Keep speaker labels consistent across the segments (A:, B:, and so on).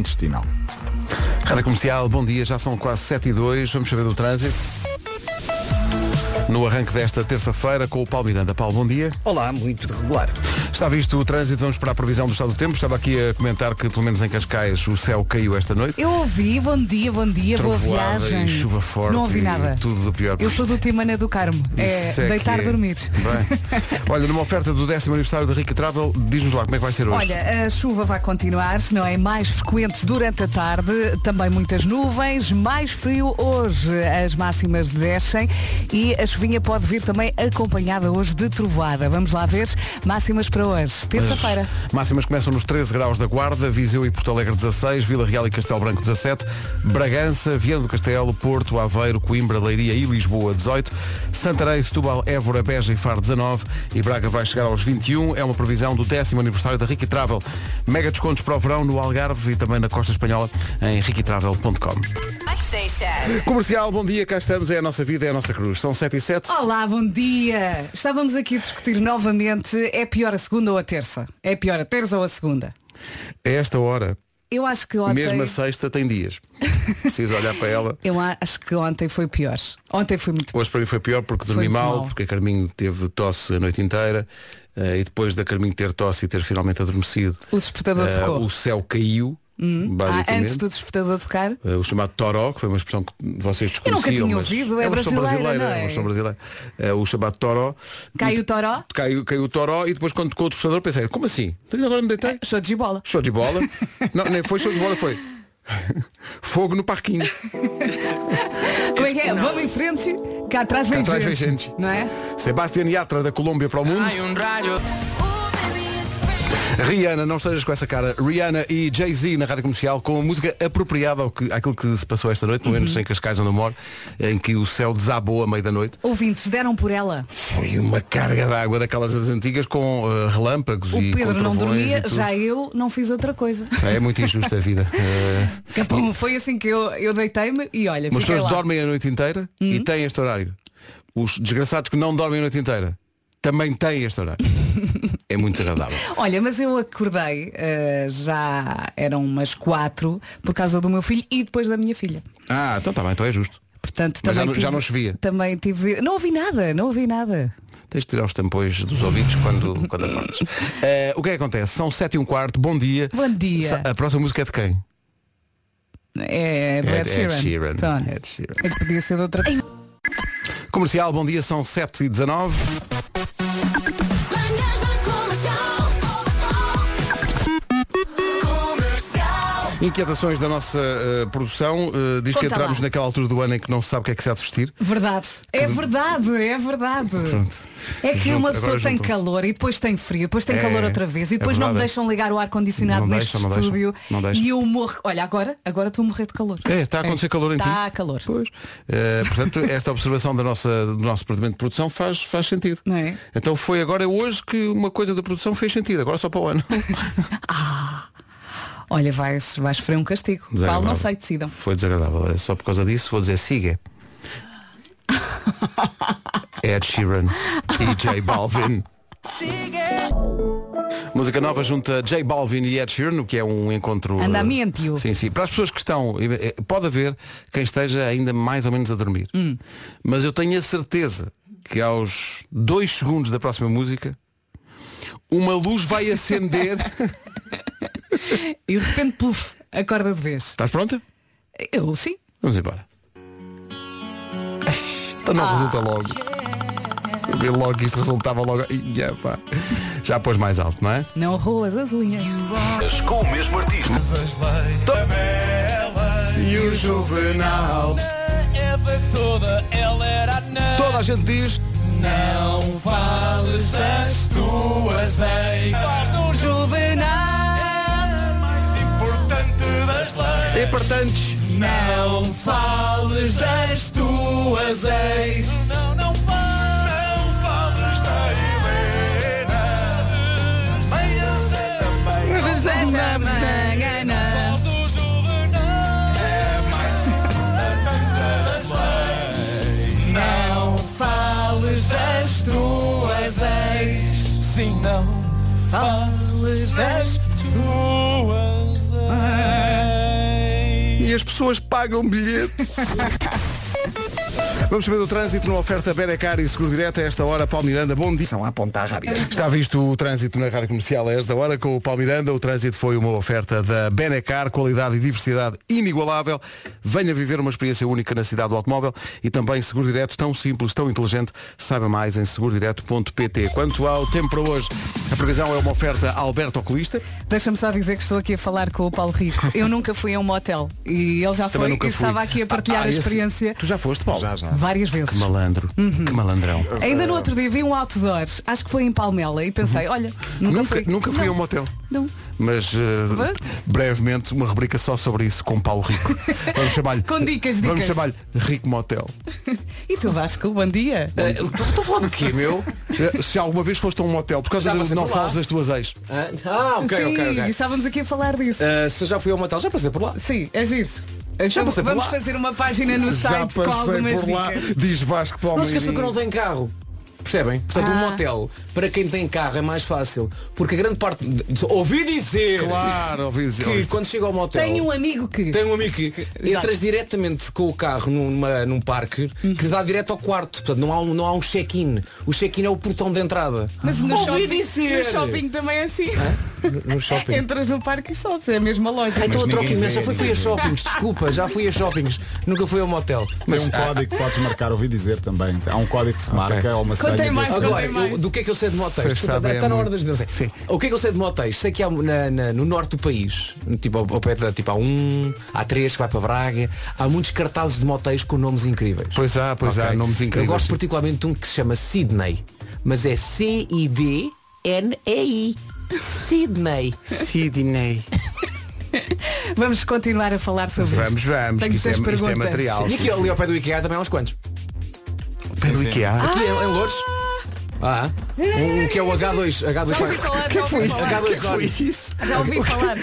A: intestinal.
B: Rádio Comercial, bom dia, já são quase 7 e 2, vamos saber do trânsito. No arranque desta terça-feira com o Paulo Miranda. Paulo, bom dia.
C: Olá, muito regular.
B: Está visto o trânsito, vamos para a previsão do estado do tempo. Estava aqui a comentar que, pelo menos em Cascais, o céu caiu esta noite.
D: Eu ouvi, bom dia, bom dia, boa
B: Trovoada
D: viagem.
B: e chuva forte
D: Não ouvi
B: e
D: nada.
B: tudo do pior.
D: Eu sou do time Ana do Carmo. É
B: Isso que
D: deitar
B: é.
D: dormir.
B: Bem. Olha, numa oferta do décimo aniversário da Rica Travel, diz-nos lá como é que vai ser hoje.
D: Olha, a chuva vai continuar, não é? Mais frequente durante a tarde, também muitas nuvens, mais frio hoje, as máximas descem e a chuvinha pode vir também acompanhada hoje de trovoada. Vamos lá ver máximas para hoje, terça-feira.
B: As Máximas começam nos 13 graus da Guarda, Viseu e Porto Alegre 16, Vila Real e Castelo Branco 17, Bragança, Viana do Castelo, Porto, Aveiro, Coimbra, Leiria e Lisboa 18, Santarém, Setúbal, Évora, Beja e Faro 19 e Braga vai chegar aos 21. É uma previsão do décimo aniversário da Ricky Travel. Mega descontos para o verão no Algarve e também na Costa Espanhola em riquitravel.com. Comercial, bom dia, cá estamos, é a nossa vida, é a nossa cruz. São 7 e 7.
D: Olá, bom dia! Estávamos aqui a discutir novamente, é pior a segunda ou a terça? É pior a terça ou a segunda?
B: A é esta hora,
D: Eu acho que ontem...
B: mesmo a sexta tem dias. Preciso olhar para ela.
D: Eu acho que ontem foi pior. Ontem foi muito
B: Hoje para mim foi pior porque dormi
D: muito
B: mal,
D: mal.
B: porque a Carminho teve tosse a noite inteira eh, e depois da Carminho ter tosse e ter finalmente adormecido,
D: O despertador
B: eh,
D: tocou.
B: o céu caiu,
D: Ah,
B: basicamente.
D: antes do despertador tocar.
B: Eh, o chamado toró, que foi uma expressão que vocês
D: Eu
B: desconheciam.
D: nunca tinha
B: mas
D: ouvido, é
B: uma expressão
D: brasileira,
B: brasileira.
D: não é?
B: uma expressão brasileira. Eh, o chamado toró.
D: Cai
B: E-
D: o toró?
B: Caiu, caiu o toró e depois quando tocou o despertador pensei, como assim? Então agora me deitei?
D: Eh, Show de bola.
B: Show de bola. não, nem foi show de bola, foi fogo no parquinho.
D: Como é que é? Vamos em frente, cá atrás vem
B: Cá atrás
D: gente.
B: vem gente.
D: Não é?
B: Sebastián Yatra da Colômbia para o mundo. Rihanna, não estejas com essa cara. Rihanna e Jay-Z na rádio comercial com a música apropriada ao que, àquilo que se passou esta noite, pelo menos em Cascais onde eu moro, em que o céu desabou a meio da noite.
D: Ouvintes, deram por ela.
B: Foi uma carga de água daquelas das antigas com eh, relâmpagos
D: O
B: e. com
D: Pedro não
B: trovões e
D: dormia,
B: tudo.
D: já eu não fiz outra coisa.
B: É muito injusta a vida. Eh,
D: Capum, foi assim que eu, eu deitei-me e olha,
B: Mas as
D: fiquei
B: pessoas
D: lá.
B: dormem a noite inteira e têm este horário. Os desgraçados que não dormem a noite inteira também têm este horário. é muito desagradável.
D: Olha, mas eu acordei, eh, já eram umas quatro, por causa do meu filho e depois da minha filha.
B: Ah, então está bem, então é justo.
D: Portanto,
B: Mas já
D: também
B: não- já
D: tive-
B: não chovia?
D: Também tive. Não ouvi nada, não ouvi nada.
B: Tens de tirar os tampões dos ouvidos quando, quando acordas. Eh, o que é que acontece? São 7 e um quarto, bom dia.
D: Bom dia.
B: Sa- A próxima música é de quem?
D: É do Ed, Sheeran. Pronto.
B: Ed Sheeran.
D: É que podia ser de outra pessoa.
B: Comercial, bom dia, são 7 e 19 Inquietações da nossa eh, produção. eh, diz que
D: Conta
B: entramos
D: lá.
B: naquela altura do ano em que não se sabe o que é que se há de vestir.
D: Verdade. É verdade, é verdade. É que
B: Junto-
D: uma
B: agora
D: pessoa tem
B: juntam-se.
D: calor e depois tem frio, depois tem
B: É,
D: calor outra vez e
B: é
D: depois não me
B: verdade.
D: deixam ligar o
B: Não
D: ar-condicionado neste
B: deixam, não deixam,
D: estúdio
B: não deixam.
D: e eu morro. Olha, agora, agora estou a morrer de calor.
B: É, está a acontecer calor em ti.
D: Está a calor.
B: Pois. Eh, portanto, esta observação da nossa, do nosso departamento de produção faz, faz sentido.
D: Não é?
B: Então foi agora hoje que uma coisa da produção fez sentido, agora só para o ano.
D: Olha, vais, vais sofrer um castigo.
B: é
D: Paulo, não sei, decidam.
B: Foi desagradável. É Só por causa disso vou dizer siga. Ed Sheeran e J Balvin. Música nova junta J Balvin e Ed Sheeran, o que é um encontro. eh,
D: Andamento.
B: Sim, sim. Para as pessoas que estão, eh, eh, pode haver quem esteja ainda mais ou menos a dormir.
D: Hum.
B: Mas eu tenho a certeza que aos dois segundos da próxima música, uma luz vai acender.
D: E de repente, pluf, acorda de vez.
B: Estás pronta?
D: Eu sim.
B: Vamos embora. Então não resulta logo. Eu vi logo que isto resultava logo. Ih, é pá. Já pôs mais alto, não é?
D: Não roas as unhas.
E: Mas com o mesmo artista.
B: E o Juvenal.
F: toda ela era anã.
B: Toda a gente diz.
F: Não fales das tuas eivas no juvenal.
B: E portanto.
F: Não fales das tuas ex. Não, não fales da Helena. né? Fales do juvenal. É Não fales das tuas ex. Sim, não fales das tuas ex.
B: E as pessoas pagam bilhete. Vamos saber do trânsito numa oferta Benacar e Seguro Direto a esta hora. Paulo Miranda, bom dia. São a apontar rápido. Está visto o trânsito na rádio comercial a esta hora com o Paulo Miranda. O trânsito foi uma oferta da Benacar, qualidade e diversidade inigualável. Venha viver uma experiência única na cidade do automóvel e também Seguro Direto, tão simples, tão inteligente. Saiba mais em segurodireto.pt. Quanto ao tempo para hoje, a previsão é uma oferta Alberto Oculista.
D: Deixa-me só dizer que estou aqui a falar com o Paulo Rico. Eu nunca fui a um motel e ele
B: Também
D: já foi
B: nunca
D: e
B: fui.
D: estava aqui a partilhar
B: Ah, ah,
D: a
B: esse-
D: experiência
B: Tu já foste, Paulo?
A: Já, já.
D: várias
B: Que
D: vezes.
B: malandro.
D: Uhum.
B: Que malandrão.
D: Ainda no outro dia vi um outdoor, acho que foi em Palmela, e pensei, olha, nunca,
B: Uhum. Nunca,
D: fui.
B: nunca fui
D: Não,
B: a um motel.
D: Não.
B: Mas eh,
D: Vá.
B: brevemente uma rubrica só sobre isso com Paulo Rico. Vamos chamar-lhe.
D: Com dicas,
B: Vamos
D: dicas.
B: chamar-lhe Rico Motel.
D: E tu Vasco, bom dia.
A: Estou a falar do quê, meu?
B: Eh, Se alguma vez foste a um motel, por causa
A: Já
B: de
A: passei
B: não
A: por lá.
B: falas das tuas ex.
A: Ah, ok,
D: Sim,
A: ok, ok.
D: estávamos aqui a falar disso.
A: Ah, se eu já fui ao motel, já passei por lá.
D: Sim, é giro. Então,
A: passei por
D: vamos
A: lá.
D: fazer uma página no site com algumas dicas.
B: diz Vasco Paulo.
A: Não esqueçam que eu não tenho carro. Percebem? Portanto, um
D: Ah.
A: motel, para quem tem carro, é mais fácil. Porque a grande parte. de- Ouvi dizer
B: Claro, ouvi dizer.
A: que quando chega ao motel.
D: Tenho um amigo que.
A: Tem um amigo que entras diretamente com o carro numa, num parque que dá direto ao quarto. Portanto, não há um, não há um check-in. O check-in é o portão de entrada.
D: Mas no
A: Ouvi
D: shopping,
A: dizer.
D: no shopping também é assim.
B: Ah,
A: No shopping.
D: Entras no parque e sobes, é a mesma loja.
A: é, Então eu
C: ninguém
A: troco imenso.
C: vê,
A: Já fui, fui a
C: ninguém
A: shoppings, desculpa, já fui a shoppings. Nunca fui ao motel.
C: Tem um código que podes marcar, ouvi dizer também. Há um código que se marca, ou uma
D: Contem
C: senha
D: mais,
C: desse-
D: contem
A: Agora,
D: tem mais.
A: eu- do que é que eu sei de motéis?
B: Vocês
A: Desculpa,
B: sabem,
A: Está na
B: é
A: hora das
B: muito.
A: não sei.
B: Sim.
A: O que é que eu sei de motéis? Sei que há na- na- no norte do país, tipo ao, ao pé da tipo há um, há três que vai para Braga, há muitos cartazes de motéis com nomes incríveis.
B: Pois há, pois há,
A: Ok?
B: nomes incríveis.
A: Eu gosto particularmente de um que se chama Sydney, mas é C-I-B-N-E-I. Sydney.
B: Sidney.
D: Vamos continuar a falar sobre
B: Vamos,
D: isto.
B: vamos,
D: Tenho
B: que isto é,
D: seis
B: isto é
D: perguntas.
B: material.
A: E aqui ali ao pé do IKEA também há uns quantos.
B: Pelo IKEA.
A: Aqui em, em Louros. Ah, um que é o H2, H2
D: Já ouvi falar, já ouvi falar.
A: H2 on.
B: Isso.
D: Já ouvi falar. Não,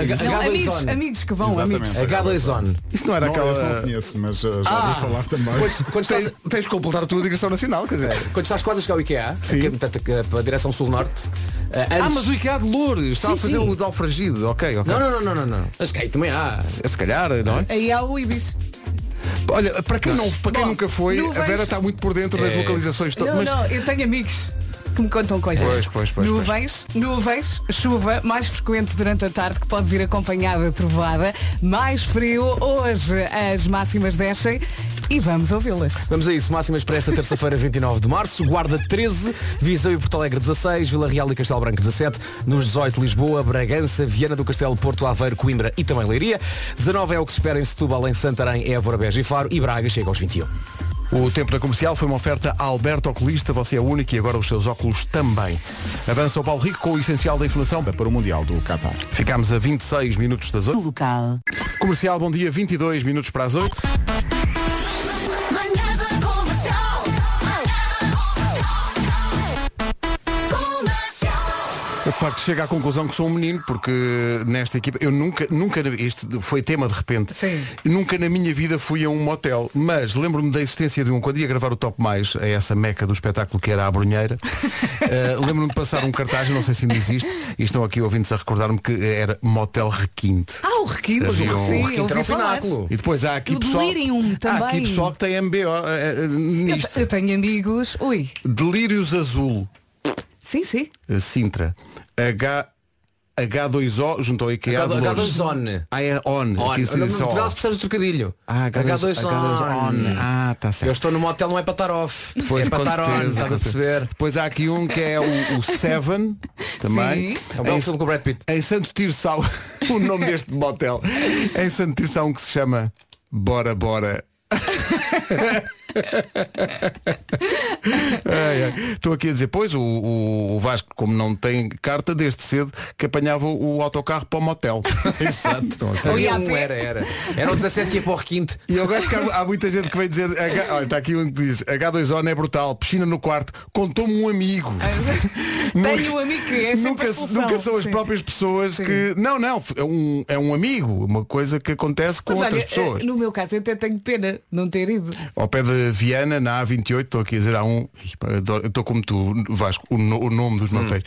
A: H2
D: amigos,
A: on.
D: amigos que vão,
C: Exatamente.
D: amigos.
A: H2 on.
B: Isto não um- era
C: Não, esse não
B: aquela.
C: conheço, mas uh, já ouvi falar também.
A: Quando, quando estás,
B: Tens, tens de completar a tua digressão nacional, quer dizer.
A: Quando estás quase a chegar ao IKEA, aqui, portanto, aqui, para a direção sul-norte, eh, antes...
B: Ah, mas o IKEA de Loures. Estava a
A: Sim,
B: fazer
A: sim.
B: o de alfragido. Ok, ok.
A: Não, não, não, não, não, não. Mas que aí também há.
B: Se calhar, não é?
D: Aí há o Ibis.
B: Olha, para quem, não, para quem
D: Bom,
B: nunca foi,
D: não
B: a Vera
D: vejo-
B: está muito por dentro das localizações todas.
D: Não, não, eu tenho amigos que me contam coisas.
B: Pois, pois, pois,
D: nuvens, nuvens, chuva mais frequente durante a tarde que pode vir acompanhada de trovada, mais frio. Hoje as máximas descem e vamos ouvi-las.
A: Vamos a isso, máximas para esta terça-feira, 29 de março. Guarda 13, Viseu e Porto Alegre 16, Vila Real e Castelo Branco 17, nos 18 Lisboa, Bragança, Viana do Castelo, Porto Aveiro, Coimbra e também Leiria. 19 é o que se espera em Setúbal, em Santarém, Évora, Beja e Faro e um. Braga chega aos 21.
B: O tempo da comercial foi uma oferta a Alberto Oculista, você é único e agora os seus óculos também. Avança o Paulo Rico com o essencial da informação.
C: Para o Mundial do Qatar.
B: Ficámos a 26 minutos das 8. Comercial, bom dia, 22 minutos para as 8.
G: Manhãs da Comercial.
B: Eu de facto chego à conclusão que sou um menino, porque nesta equipa, eu nunca, nunca, na- isto foi tema de repente,
D: Sim.
B: nunca na minha vida fui a um motel, mas lembro-me da existência de um, quando ia gravar o Top Mais, a essa meca do espetáculo que era a Brunheira, eh, lembro-me de passar um cartaz, não sei se ainda existe, e estão aqui ouvintes a recordar-me que era Motel Requinte.
D: Ah, o Requinte,
B: Havia um-
D: sim,
B: o
A: Requinte
D: eu
A: era
D: ouvi
A: o
D: falar.
A: pináculo.
B: E depois há aqui
D: O
B: pessoal.
D: Delirium
B: Há aqui
D: também.
B: pessoal que tem MBO eh, eh,
D: Eu,
B: nisto.
D: te- eu tenho amigos. Ui,
B: Delírios Azul,
D: sim, sim.
B: eh, Sintra. H. H2O junto ao IKEA. de
A: H2
B: Loures.
A: on.
B: Ah, é on.
A: On.
B: Aqui se
A: No
B: diz só
A: Portugal
B: on.
A: se percebes o trocadilho.
B: Ah, H2,
A: H2 on.
B: Ah, tá
A: Eu
B: certo.
A: estou no motel, não é para estar off.
B: Pois,
A: é para
B: com
A: estar on,
B: certeza,
A: estás
B: com
A: a perceber?
B: Depois há aqui um que é o, o Seven, também.
D: Sim.
A: É um belo
B: Em-
A: filme com o Brad Pitt.
B: Em Santo Tirso há um- o- o nome deste motel. Em Santo Tirso há um que se chama Bora Bora. Ai, ai. Estou aqui a dizer, pois o, o- o Vasco, como não tem carta desde cedo, que apanhava o autocarro para o motel.
A: Exato.
D: Ou ia
A: Havia
D: a
A: um,
D: pé.
A: era, era. Era o 17 que ia para o requinte.
B: E eu gosto que há, há muita gente que vem dizer, H- olha, está aqui um que diz, H2O não é brutal, piscina no quarto, contou-me um amigo.
D: Tenho um amigo que é sempre
B: nunca,
D: a solução.
B: nunca são as
D: Sim.
B: próprias pessoas
D: Sim.
B: que. Não, não, é um, é um amigo, uma coisa que acontece com
D: Mas
B: outras
D: olha,
B: pessoas.
D: eh, no meu caso eu até tenho pena não ter ido.
B: Ao pé de Viana, na A28, estou
A: Hum.
B: aqui a dizer há um. Ih, pá, adoro- eu Estou como tu, Vasco, o, no- o nome dos motéis.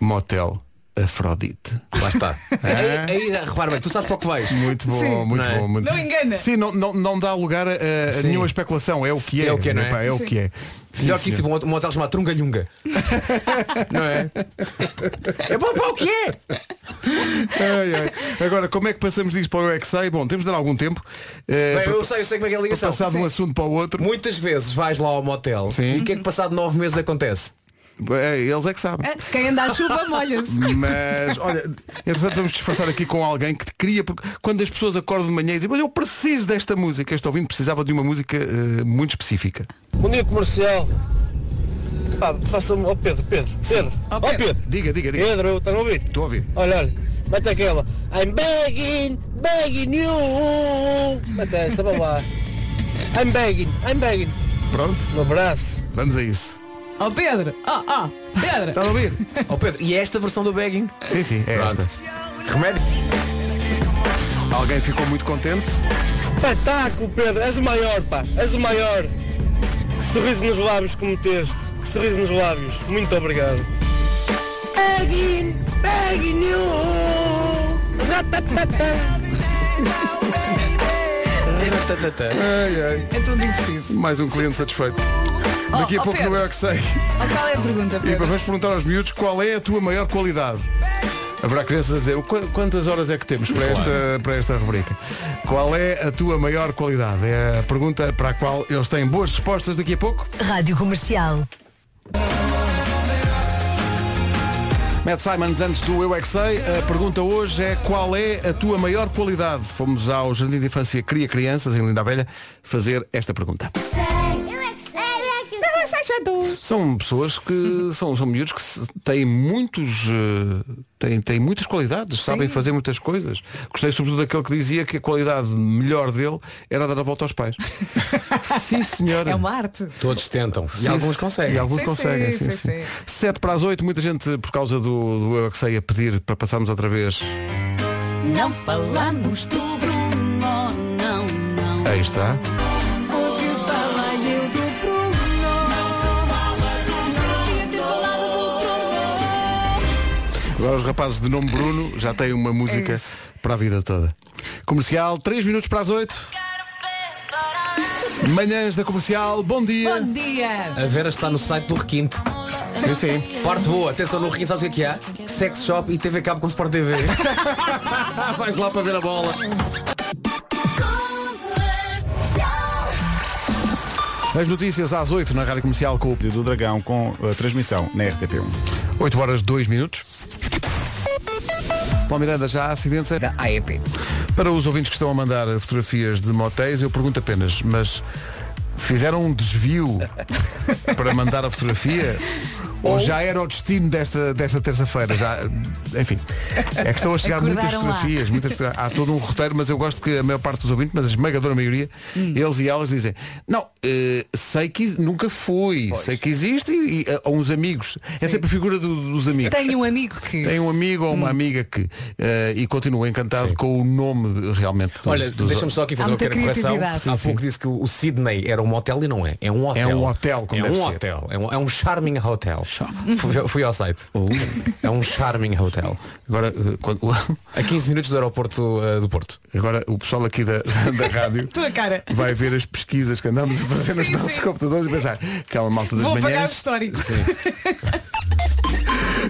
B: Motel Afrodite.
A: Lá está. aí, aí, repara bem, tu sabes para o que vais.
B: Muito bom,
D: Sim.
B: muito
A: Não é?
B: bom. Muito...
D: Não engana.
B: Sim, não, não, não dá lugar a, a
A: Sim.
B: nenhuma especulação. É o que é.
A: É o que é, não é?
B: Epá, o
D: Sim.
B: que é. Sim,
A: Melhor que
B: senhor.
A: isso, tipo um hot- um hotel chamado Trungalhunga. não é? É bom para o que é?
B: Ai, ai. Agora, como é que passamos disto para o UXA? Bom, temos de dar algum tempo. eh,
A: Bem,
B: para-
A: eu sei, eu sei como é que é a
B: para
A: ligação.
B: passar de um assunto para o outro.
A: Muitas vezes vais lá ao motel
B: Sim.
A: e o que é que passado nove meses acontece?
B: Eh, Eles é que sabem.
D: Ah, Quem anda à chuva molha-se.
B: Mas, olha, entretanto vamos disfarçar aqui com alguém que te queria, porque quando as pessoas acordam de manhã e dizem, mas eu preciso desta música, este ouvinte precisava de uma música eh, muito específica.
G: Bom dia comercial. Pá, faça-me. Ó Pedro, Pedro, Pedro. Ó Pedro.
B: Diga, diga, diga.
G: Pedro, estás a ouvir?
B: Estou a ouvir.
G: Olha, olha. Mete aquela. I'm begging, begging you. Mete essa, vamos lá. I'm begging, I'm begging.
B: Pronto,
G: Um abraço.
B: vamos a isso.
D: Ó Oh, Pedro, ó, ó, Pedro.
B: Estás a ouvir?
A: Ó Pedro, e é esta versão do begging?
B: Sim, sim, é
A: Pronto.
B: esta.
A: Remédio?
B: Alguém ficou muito contente.
G: Espetáculo, Pedro. És o maior, pá. És o maior. Que sorriso nos lábios que meteste. Que sorriso nos lábios. Muito obrigado. Begging, begging you. Ratatata.
B: Ai, ai.
D: É tudo difícil.
B: Mais um cliente satisfeito. Daqui a
D: oh,
B: pouco
D: Pedro.
B: no Eu É Que Sei.
D: Ó, qual é a pergunta,
B: E
D: Pedro?
B: vamos perguntar aos miúdos qual é a tua maior qualidade. Haverá crianças a dizer "Qu- quantas horas é que temos para esta, para esta rubrica. Qual é a tua maior qualidade? É a pergunta para a qual eles têm boas respostas daqui a pouco.
H: Rádio Comercial.
B: Matt Simons, antes do Eu é Que Sei, a pergunta hoje é qual é a tua maior qualidade? Fomos ao Jardim de Infância Cria Crianças, em Linda Velha, fazer esta pergunta. São pessoas que são, são miúdos que se- têm muitos eh, têm, têm muitas qualidades, sabem fazer muitas coisas. Gostei sobretudo daquele que dizia que a qualidade melhor dele era dar a volta aos pais. sim senhora.
D: É uma arte.
A: Todos tentam.
B: Sim,
A: e alguns
B: sim.
A: conseguem.
B: E alguns
D: Sim,
B: conseguem, sim,
D: sim,
B: sim.
D: sim, sim.
B: 7 para as 8, muita gente por causa do, do Eu É Que Sei a pedir para passarmos outra vez.
H: Não falamos do Bruno, não, não.
B: Aí está. Agora os rapazes de nome Bruno já têm uma música para a vida toda. Comercial, 3 minutos para as 8. Manhãs da comercial, bom dia.
D: Bom dia.
B: Eh,
A: A Vera está no site do Requinte.
B: Sim, sim.
A: Parte boa, atenção, no Requinte sabes o que é que há? Sex Shop e TV Cabo com Sport TV.
B: Vais lá para ver a bola. As notícias às 8 na Rádio Comercial com o
C: Dia do Dragão com a transmissão na RTP1.
B: 8 horas 2 minutos. Paulo Miranda, já há acidentes da AEP. Para os ouvintes que estão a mandar fotografias de motéis, eu pergunto apenas, mas fizeram um desvio para mandar a fotografia? Ou já era o destino desta, desta terça-feira? Já, enfim, é que estão a chegar muitas
D: Acordaram lá.
B: fotografias, muitas fotogra- Há todo um roteiro, mas eu gosto que a maior parte dos ouvintes, mas a esmagadora maioria,
D: Hum.
B: eles e elas dizem, não, eh, sei que nunca fui, sei que existe e, e a- a uns amigos. É sempre a figura do- dos amigos.
D: Tenho um amigo Hum. que.
B: Tem um amigo ou uma amiga que. eh, e continuo encantado com o nome de- realmente. dos-
A: Olha,
B: dos-
A: deixa-me só aqui fazer
D: Há
A: uma
D: muita
A: pequena correção.
D: criatividade.
A: Há
B: Sim,
A: pouco disse que o Sydney era um motel e não é. É um hotel.
B: É um hotel, como
A: é
B: deve
A: um
B: ser.
A: hotel. É um, é um charming hotel. Fui, fui ao site.
B: Uh.
A: É um charming hotel.
B: Agora, eh, quando-
A: A 15 minutos do aeroporto eh, do Porto.
B: agora o pessoal aqui da, da rádio.
D: Tua cara.
B: Vai ver as pesquisas que andamos a fazer nos
D: Sim,
B: nossos
D: sim.
B: computadores e pensar, aquela malta das
D: Vou pagar o
B: manhãs.
D: histórico.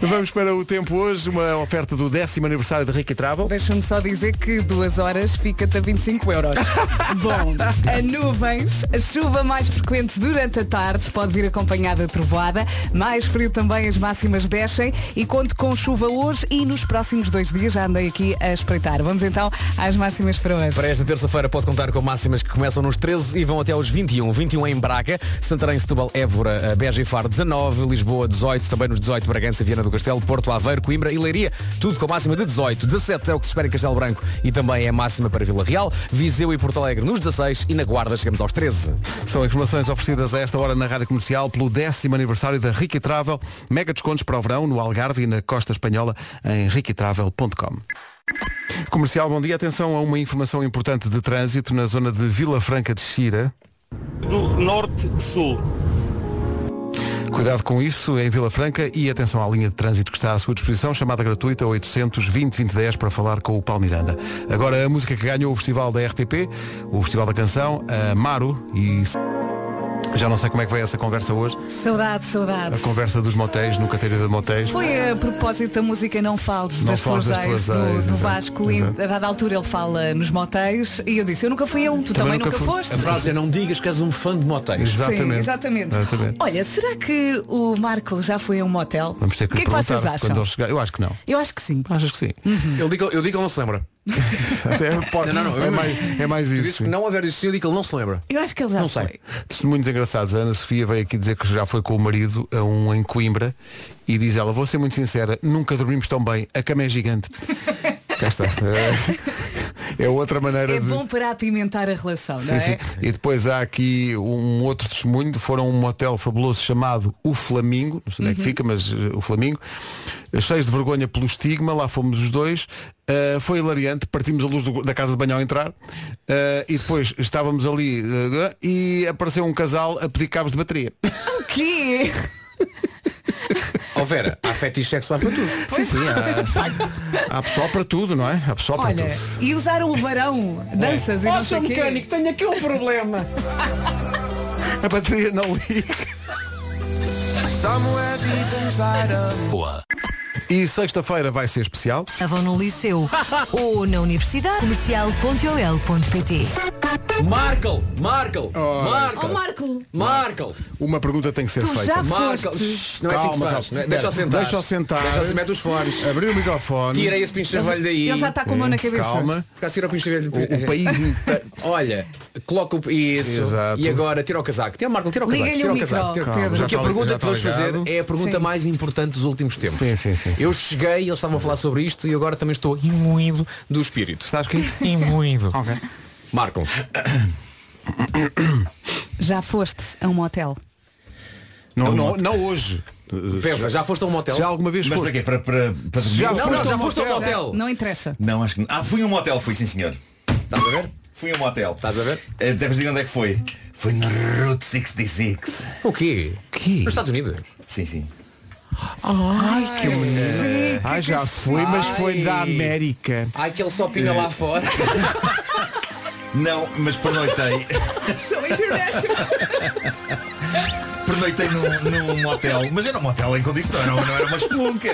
B: Vamos para o tempo hoje, uma oferta do décimo aniversário de Ricky Travel.
D: Deixa-me só dizer que duas horas fica-te a 25 euros. Bom, a nuvens, a chuva mais frequente durante a tarde, pode vir acompanhada de trovoada, mais frio também, as máximas descem e conto com chuva hoje e nos próximos dois dias já andei aqui a espreitar. Vamos então às máximas para hoje.
A: Para esta terça-feira pode contar com máximas que começam nos 13 e vão até aos 21. 21 em Braga, Santarém, Setúbal, Évora, eh, Beja e Faro 19, Lisboa 18, também nos 18 Bragança, Viana do Castelo, Porto Aveiro, Coimbra e Leiria. Tudo com máxima de 18. 17 é o que se espera em Castelo Branco e também é máxima para Vila Real, Viseu e Porto Alegre nos 16 e na Guarda chegamos aos 13.
B: São informações oferecidas a esta hora na Rádio Comercial pelo décimo aniversário da Ricky Travel. Mega descontos para o verão no Algarve e na Costa Espanhola em riquitravel.com. Comercial, bom dia. Atenção a uma informação importante de trânsito na zona de Vila Franca de Xira.
G: do norte-sul.
B: Cuidado com isso em Vila Franca e atenção à linha de trânsito que está à sua disposição, chamada gratuita 800-2020-10 para falar com o Paulo Miranda. Agora a música que ganhou o festival da RTP, o Festival da Canção, a Maru e... Já não sei como é que vai essa conversa hoje,
D: Saudade, saudade.
B: a conversa dos motéis, no Cateira de Motéis.
D: Foi a propósito da música Não Fales
B: Não
D: das
B: Fales
D: Tuas
B: das
D: Ex
B: Tuas Ex,
D: do, do
B: exato,
D: Vasco e
B: exato.
D: a dada altura ele fala nos motéis e eu disse, eu nunca fui a um, tu também, nunca,
B: fui.
D: foste.
A: A frase é não digas que és um fã de motéis.
B: Exatamente.
D: Sim, exatamente.
B: Exatamente.
D: Olha, será que o Marco já foi a um motel?
B: Vamos ter que,
D: o que é que
B: perguntar
D: vocês acham? Uhum.
B: quando ele chegar. Eu acho que não.
D: Eu acho que sim.
B: Achas que sim?
A: Eu digo, eu digo que ele não se lembra.
B: É, pode-
A: Não, não, não,
B: é
A: eu-
B: mais, é mais
A: Tu
B: isso.
A: dizes
B: sim.
A: que não haver isso, eu digo que ele não se lembra.
D: Eu acho que ele já
A: Não
D: foi.
A: sei.
B: Testemunhos engraçados. A Ana Sofia veio aqui dizer que já foi com o marido a um em Coimbra e diz ela, vou ser muito sincera, nunca dormimos tão bem, a cama é gigante. Cá está. É- É outra maneira
D: É
B: de.
D: bom para apimentar a relação, não
B: Sim, sim.
D: é?
B: E depois há aqui um outro testemunho, foram a um motel fabuloso chamado O Flamingo, não sei onde é que
D: Uhum.
B: fica, mas eh, o Flamingo, cheios de vergonha pelo estigma, lá fomos os dois, eh, foi hilariante, partimos a luz do- da casa de banho ao entrar, eh, e depois estávamos ali eh, e apareceu um casal a pedir cabos de bateria.
D: O quê?
A: Ó Oh, Vera, há fetiches sexuais para tudo.
D: Pois.
B: Há, há pessoal para tudo, não é? Há pessoal para
D: Olha,
B: tudo.
D: e usaram o varão, danças e não sei o quê.
A: tenho aqui um problema.
B: A bateria não liga.
E: Boa.
B: E sexta-feira vai ser especial.
H: Vão no liceu ou na universidade. Comercial.ol.pt
A: Markel, Markel,
D: Oh,
A: Markel,
D: Marco,
A: Markel,
B: Uma pergunta tem que ser
D: Tu
B: feita.
D: já-
A: Markel.
D: foste.
A: Shhh, Não é assim que se
B: Calma,
A: faz.
B: calma.
A: né? Deixa eu
B: Espera,
A: sentar.
B: Deixa eu sentar.
A: Deixa-se mete os fones.
B: Abri o microfone.
A: Tira esse pinche velho daí.
D: ele já tá- está com a mão na cabeça.
B: Calma.
A: Cá tira o pinche velho.
B: O, o país inteiro.
A: Olha, coloca o... Isso.
B: Exato.
A: E agora tira o casaco. Tira, Marco, tira o casaco.
D: Liga-lhe
A: Tira
D: o
A: o casaco.
D: micro,
A: Tira o
D: Pedro.
A: casaco. Porque
B: Já
A: a
B: tá-
A: pergunta
B: já
A: que
B: tá
A: tu vais fazer
B: ligado.
A: é a pergunta
D: Sim.
A: mais importante dos últimos tempos.
B: Sim, sim, sim, sim.
A: Eu cheguei, eles estavam a falar sobre isto e agora também estou imbuído do espírito.
B: Estás aqui?
A: Imbuído.
B: Ok.
A: Marco,
D: Já foste a um motel?
B: Não, não, não hoje.
A: pensa, já foste a um motel?
B: Já alguma vez
I: Mas para
B: foste.
I: quê? Para, para, para dormir?
B: Já
A: Não,
B: foste
A: não,
B: a
A: já
B: um
A: foste a um
B: motel?
A: motel.
D: Não interessa.
I: Não, acho que não. Ah, fui a um motel, fui, sim senhor.
A: Estás a ver?
I: Fui a um motel.
A: Estás a ver?
I: Eh, Deves dizer onde é que foi? Foi na Route 66.
A: O quê?
B: Que?
A: Nos Estados Unidos.
I: Sim, sim.
B: Ah, já foi, mas foi da América.
A: Ai, que ele só pina lá fora.
I: Não, mas pernoitei.
D: Sou international.
I: pernoitei num, num motel. Mas era um motel em condições, não, era- não era uma espelunca.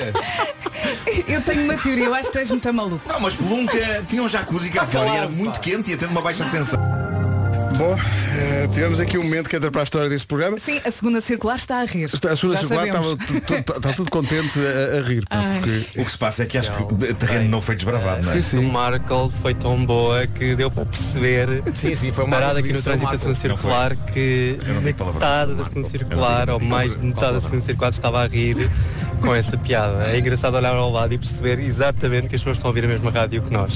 D: Eu tenho uma teoria, eu acho que estás muito maluco.
I: Não, uma espelunca. Tinha um jacuzzi
A: Ah,
I: cá fora e era muito quente e ia tendo uma baixa tensão.
B: Bom, eh, tivemos aqui um momento que entra para a história deste programa.
D: Sim, a segunda circular está a rir.
B: Está- A Sura
D: Já
B: Chocolate estava
D: sabemos.
B: tu- tu- está tudo contente a, a rir. pá, porque...
I: O que se passa é que acho que o terreno não foi desbravado, não
B: Sim,
I: é?
B: sim.
J: Markle foi tão boa que deu para perceber
A: Sim, sim, foi uma
J: parada aqui no trânsito da segunda circular que
I: Eu não digo palavras.
J: metade da segunda circular ou mais de metade da segunda circular estava a rir com essa piada. É engraçado olhar ao lado e perceber exatamente que as pessoas estão a ouvir a mesma rádio que nós.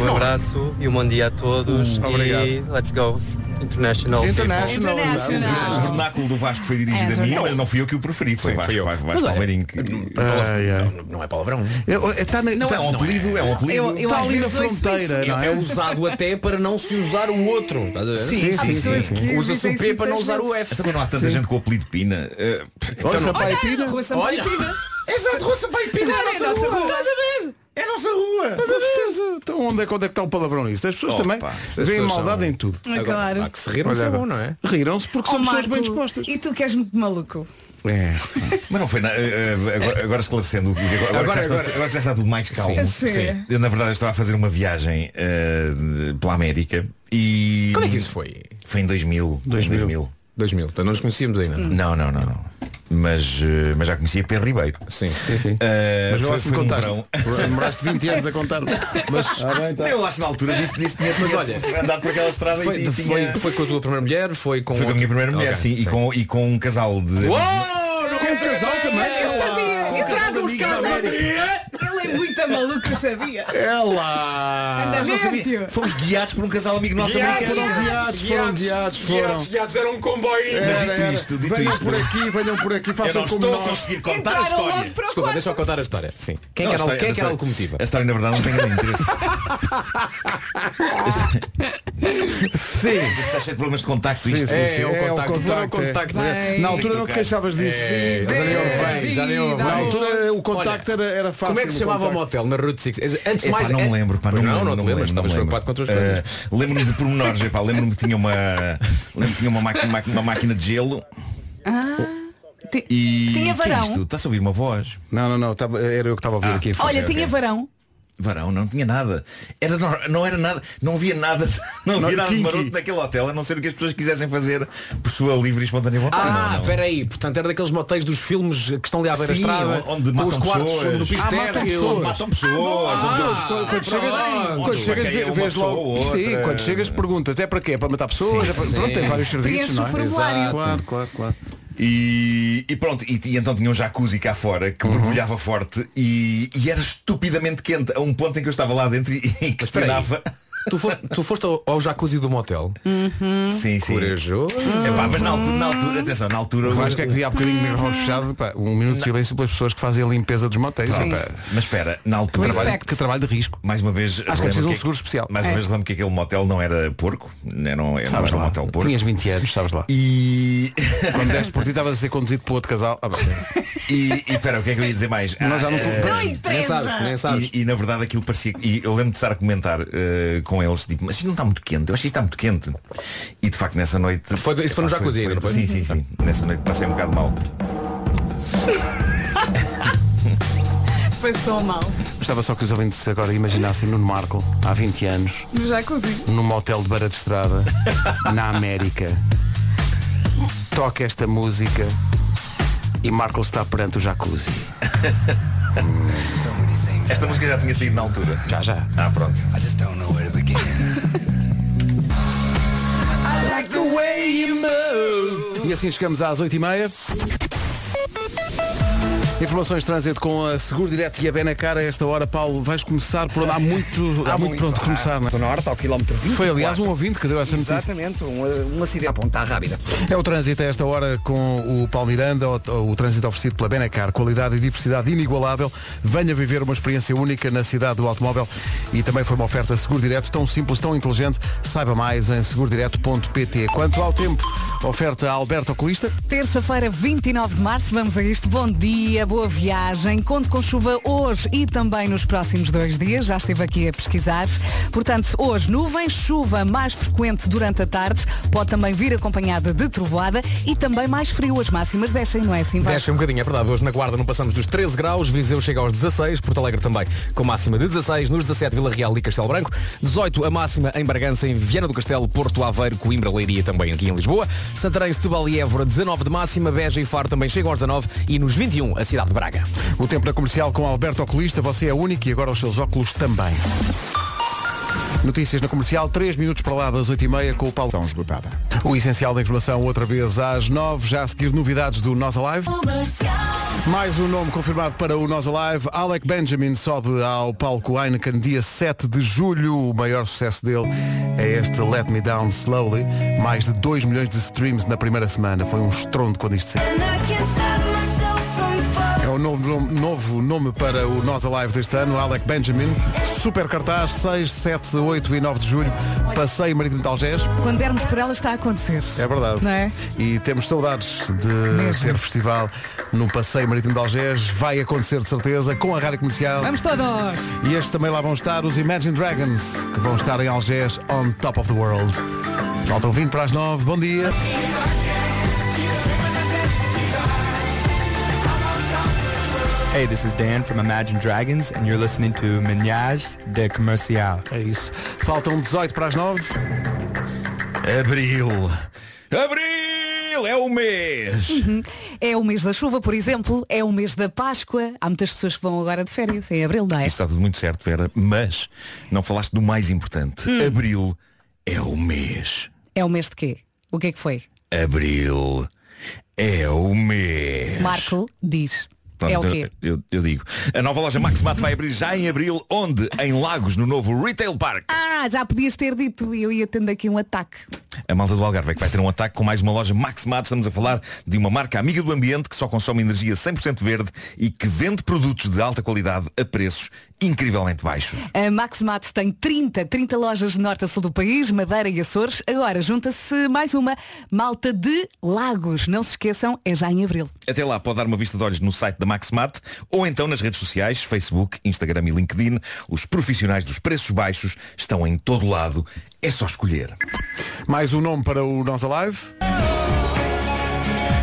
J: Um abraço e um bom dia a todos e
B: obrigado.
J: let's go International.
B: International.
I: O
D: International.
I: vernáculo do Vasco foi dirigido
D: É,
I: a mim,
D: não.
I: mas não fui eu que o preferi. Foi o Vasco,
A: fui eu.
I: Vasco,
A: Mas
I: Vasco
A: olha,
I: Palmeirinho. que-
B: Ai, ai.
A: Não, não é palavrão.
B: É, é, tá na-
I: Não,
B: tá-
I: é um apelido, é um apelido.
D: Eu, eu
B: Está
D: às
B: ali na
D: vezes ouço isso.
B: fronteira, não
A: É,
B: é?
A: usado até para não se usar o outro. Estás a ver?
B: Sim, sim, sim. sim.
D: que
A: Usa-se
D: dizem
A: o P para não
D: tantas
A: usar o
D: vezes.
A: F.
I: Também Então não há tanta gente com o apelido Pina. Eh,
B: Olha, é
I: então não-
B: Sampaio Pina.
D: Rua Sampaio né?
A: Olha!
D: Pina.
A: Exato, Russa Pai Pina,
D: Não, é a nossa rua.
A: Estás a ver?
B: É a nossa rua! Com certeza. Então onde é, onde é que está o palavrão nisto? As pessoas
I: Opa,
B: também
A: se as
B: veem
A: pessoas
B: maldade
A: são-
B: em tudo.
D: Ah,
A: Agora, há
D: Claro.
A: que se riram, isso é
B: Olha,
A: bom, não é?
B: Riram-se porque
D: Oh,
B: são pessoas
D: Marco,
B: bem dispostas.
D: E tu que és muito maluco.
B: É.
I: Mas não foi na- eh, eh, agora, agora esclarecendo o que- agora,
A: Agora,
I: que já está,
A: agora.
I: agora que já está tudo mais calmo.
D: Sim. Sim.
I: Eu, na verdade eu estava a fazer uma viagem eh, pela América e.
A: Quando é que isso foi?
I: Foi em 2000.
B: 2000.
I: Em 2000.
A: 2000. Portanto, não nos conhecíamos ainda. não? é?
I: Não, não, não, não. Mas, eh, mas já conhecia Pedro Ribeiro.
A: Sim. sim.
I: Eh,
B: Mas não
I: foi-
B: há se me
I: foi num
B: contaste.
I: verão.
B: Demoraste 20 anos a contar. Mas
I: Eu acho que na altura disse, disse tinha,
A: Então- Mas
I: tinha
A: olha,
I: andado por aquela estrada
A: Foi,
I: e, e
A: foi,
I: tinha.
A: foi com a tua primeira mulher? Foi com,
I: Foi com a minha primeira mulher,
A: Ok.
I: sim, E, com, e com um casal de.
A: Uou! um Não
B: com o casal
A: É,
D: Eu
B: também.
D: sabia. Eu trago os carros da Ele é muito maluco, eu sabia.
B: Ela!
D: Anda
I: Não
D: mesmo,
I: Ah, sabia.
D: tio.
I: Fomos guiados por um casal amigo nosso americano.
B: Foram guiados, foram guiados, foram.
A: guiados, era um comboio.
I: Mas
B: Era,
I: dito
B: era.
I: isto, dito
B: venham
I: isto.
B: por aqui, venham por aqui,
I: Eu não
B: façam como
I: estou a
B: nós.
I: conseguir contar a
D: Entraram
I: história.
D: logo para o
A: Desculpa,
D: quarto.
A: deixa eu contar a história. Sim. Quem é
I: Não,
A: que
I: a
A: era,
I: história-
A: quem é que era a
I: história-
A: locomotiva?
I: A história na verdade não tem grande interesse. Sim. Estás cheio de problemas de contacto.
B: Sim,
I: isto.
B: sim, sim, é o contacto,
I: problema,
B: contacto, é.
I: Tem que
B: Na altura não te
I: trocar.
B: queixavas disso.
A: É, já nem houve bem, já nem houve
B: Na
A: bem.
B: altura o contacto
A: Olha,
B: era, era fácil.
A: Como é que se
B: o
A: chamava o
B: contacto.
A: motel na Route 6? Antes de
I: Epá,
A: mais.
I: não
A: é-
I: me lembro, pá,
A: Pois
I: não,
A: não,
I: me
A: não
I: lembro,
A: te
I: me lembro,
A: lembras, estavas
I: não me
A: preocupado com outras
I: lembro.
A: coisas.
I: Eh, Lembro-me de pormenores, epá, lembro-me que tinha uma, lembro-me que tinha uma, máquina, uma- uma máquina de gelo e
D: Tinha
I: que é
D: varão?
I: isto? Estás a ouvir uma voz?
B: Não, não, não, tava- era eu que estava a ouvir aqui.
D: Olha, tinha varão.
I: Varão, não tinha nada. Era, não, não era nada, não havia nada, não havia
B: Não,
I: nada de
B: kinky.
I: maroto naquele hotel, a não ser o que as pessoas quisessem fazer por sua livre e espontânea vontade. não,
A: Ah,
I: não.
A: espera aí, portanto era daqueles motéis dos filmes que estão ali à beira da
I: Sim,
A: estrada,
I: onde
A: com
I: matam
A: os quartos
I: pessoas.
A: no piso
I: Ah,
A: térreo.
I: matam pessoas. Matam pessoas.
A: Ah,
I: Onde eles-
B: Quando, quando
A: pronto. é
B: chegas, quando
I: Onde
B: chegas, vê-
I: vaqueia uma
B: vês
I: pessoa
B: logo.
I: ou outra.
B: Sim, quando chegas perguntas, é para quê? É para matar pessoas?
I: Sim,
B: É para-
I: sim.
B: Pronto, tem vários serviços,
D: Preenche
B: não
D: o
B: é?
D: formulário.
B: Claro, claro, claro.
I: E, e pronto, e, e então tinha um jacuzzi cá fora
B: Uhum.
I: que borbulhava forte e, e era estupidamente quente, a um ponto em que eu estava lá dentro e, e questionava.
A: Tu foste, tu foste ao, ao jacuzzi do motel?
I: Sim, sim.
A: Corajoso.
I: Epá, mas na altura, na altura, atenção, na altura.
B: Acho que é que dizia há bocadinho, meu irmão fechado, pá, um minuto de silêncio pelas pessoas que fazem a limpeza dos motéis.
I: Pá,
B: Epá,
I: pá, Mas espera, na
B: que,
I: altura.
B: trabalho, que trabalho de risco.
I: Mais uma vez.
B: Acho que é
I: relembro
B: preciso um
I: que-
B: seguro especial.
I: Mais uma vez lembro que aquele motel não era porco. Não, não era
B: Sabes
I: um
B: lá.
I: motel porco.
B: Tinhas 20 anos, sabes lá.
I: E.
B: Quando deste por ti estavas a ser conduzido por outro casal. Ah, bem.
I: e, e espera, o que é que eu ia dizer mais?
B: Nós já não
I: Ah,
B: compramos.
A: Nem sabes, nem sabes.
I: E, e, na verdade aquilo parecia E eu lembro de estar a comentar eh, com eles Tipo, mas isto não está muito quente Eu acho que isto está muito quente E de facto nessa noite
A: Foi- isso foi no
I: Epá,
A: jacuzzi, não foi?
I: Sim, sim, sim Nessa noite passei um bocado mal
D: Passou mal.
B: Gostava só que os ouvintes agora imaginassem Nuno Marco, há 20 anos,
D: No jacuzzi.
B: num motel de beira de estrada, na América. Toca esta música e Marco está perante o jacuzzi.
I: Esta música já tinha saído na altura
B: Já, já.
I: Ah, pronto
B: E assim chegamos às 8h30. Informações de trânsito com a Seguro Direto e a Benacar a esta hora, Paulo, vais começar por onde há muito, há muito pronto começar, não é?
K: Estou norte, ao quilómetro 20.
B: Foi aliás um ouvinte que deu essa notícia.
K: Exatamente, um, um acidente. Apontar rápida.
B: É o trânsito a esta hora com o Paulo Miranda, o, o trânsito oferecido pela Benacar, qualidade e diversidade inigualável. Venha viver uma experiência única na cidade do automóvel e também foi uma oferta Seguro Direto, tão simples, tão inteligente. Saiba mais em segurodireto.pt. Quanto ao tempo, oferta a Alberto Oculista.
D: Terça-feira, 29 de março, vamos a isto. Bom dia, boa viagem. Conto com chuva hoje e também nos próximos dois dias. Já estive aqui a pesquisar. Portanto, hoje nuvens, chuva mais frequente durante a tarde, pode também vir acompanhada de trovoada e também mais frio. As máximas descem, não é assim? Vasco?
A: Desce um bocadinho, é verdade. Hoje na Guarda não passamos dos 13 graus, Viseu chega aos 16, Porto Alegre também com máxima de 16, nos 17 Vila Real e Castelo Branco, 18 a máxima em Bragança, em Viana do Castelo, Porto Aveiro, Coimbra, Leiria também aqui em Lisboa, Santarém, Setúbal e Évora 19 de máxima, Beja e Faro também chegam aos 19 e nos 21 a cidade de Braga.
B: O tempo na comercial com Alberto Oculista, você é único e agora os seus óculos também. Notícias na comercial, 3 minutos para lá das 8h30 com o Paulo.
C: São esgotada.
B: O essencial da informação outra vez às 9, já a seguir novidades do Nós Alive. Mais um nome confirmado para o Nós Alive. Alec Benjamin sobe ao palco Heineken dia 7 de julho. O maior sucesso dele é este Let Me Down Slowly. Mais de 2 milhões de streams na primeira semana. Foi um estrondo quando isto saiu. É o novo nome, novo nome para o Nós Alive deste ano, Alec Benjamin. Super cartaz, 6, 7, 8 e 9 de julho. Passeio Marítimo de Algés.
D: Quando dermos por ela, está a acontecer.
B: É verdade.
D: Não é?
B: E temos saudades de ter festival no Passeio Marítimo de Algés. Vai acontecer de certeza com a Rádio Comercial.
D: Vamos todos!
B: E este também lá vão estar os Imagine Dragons, que vão estar em Algés on top of the world. Faltam 20 para as 9. Bom dia.
K: Hey, this is Dan from Imagine Dragons and you're listening to Menage de Comercial.
B: É isso. Faltam 18 para as 9.
I: Abril Abril é o mês
D: É o mês da chuva, por exemplo, é o mês da Páscoa. Há muitas pessoas que vão agora de férias, em abril, não é?
I: Isso está tudo muito certo, Vera Mas não falaste do mais importante
D: Hum.
I: Abril é o mês
D: É o mês de quê? O que é que foi?
I: Abril é o mês
D: Marco diz.
I: Pronto,
D: é o
I: eu-
D: quê?
I: Eu, eu digo. A nova loja Maximato vai abrir já em abril, onde? Em Lagos, no novo Retail Park.
D: Ah, já podias ter dito e eu ia tendo aqui um ataque.
I: a malta do Algarve é que vai ter um ataque com mais uma loja Maximado. Estamos a falar de uma marca amiga do ambiente que só consome energia 100% verde e que vende produtos de alta qualidade a preços incrivelmente baixos.
D: A Maximat tem 30, 30 lojas de norte a sul do país, Madeira e Açores. Agora junta-se mais uma, Malta de Lagos. Não se esqueçam, é já em abril.
I: Até lá pode dar uma vista de olhos no site da Maxmat ou então nas redes sociais, Facebook, Instagram e LinkedIn. Os profissionais dos preços baixos estão em todo lado. É só escolher.
B: Mais um nome para o Nós Alive.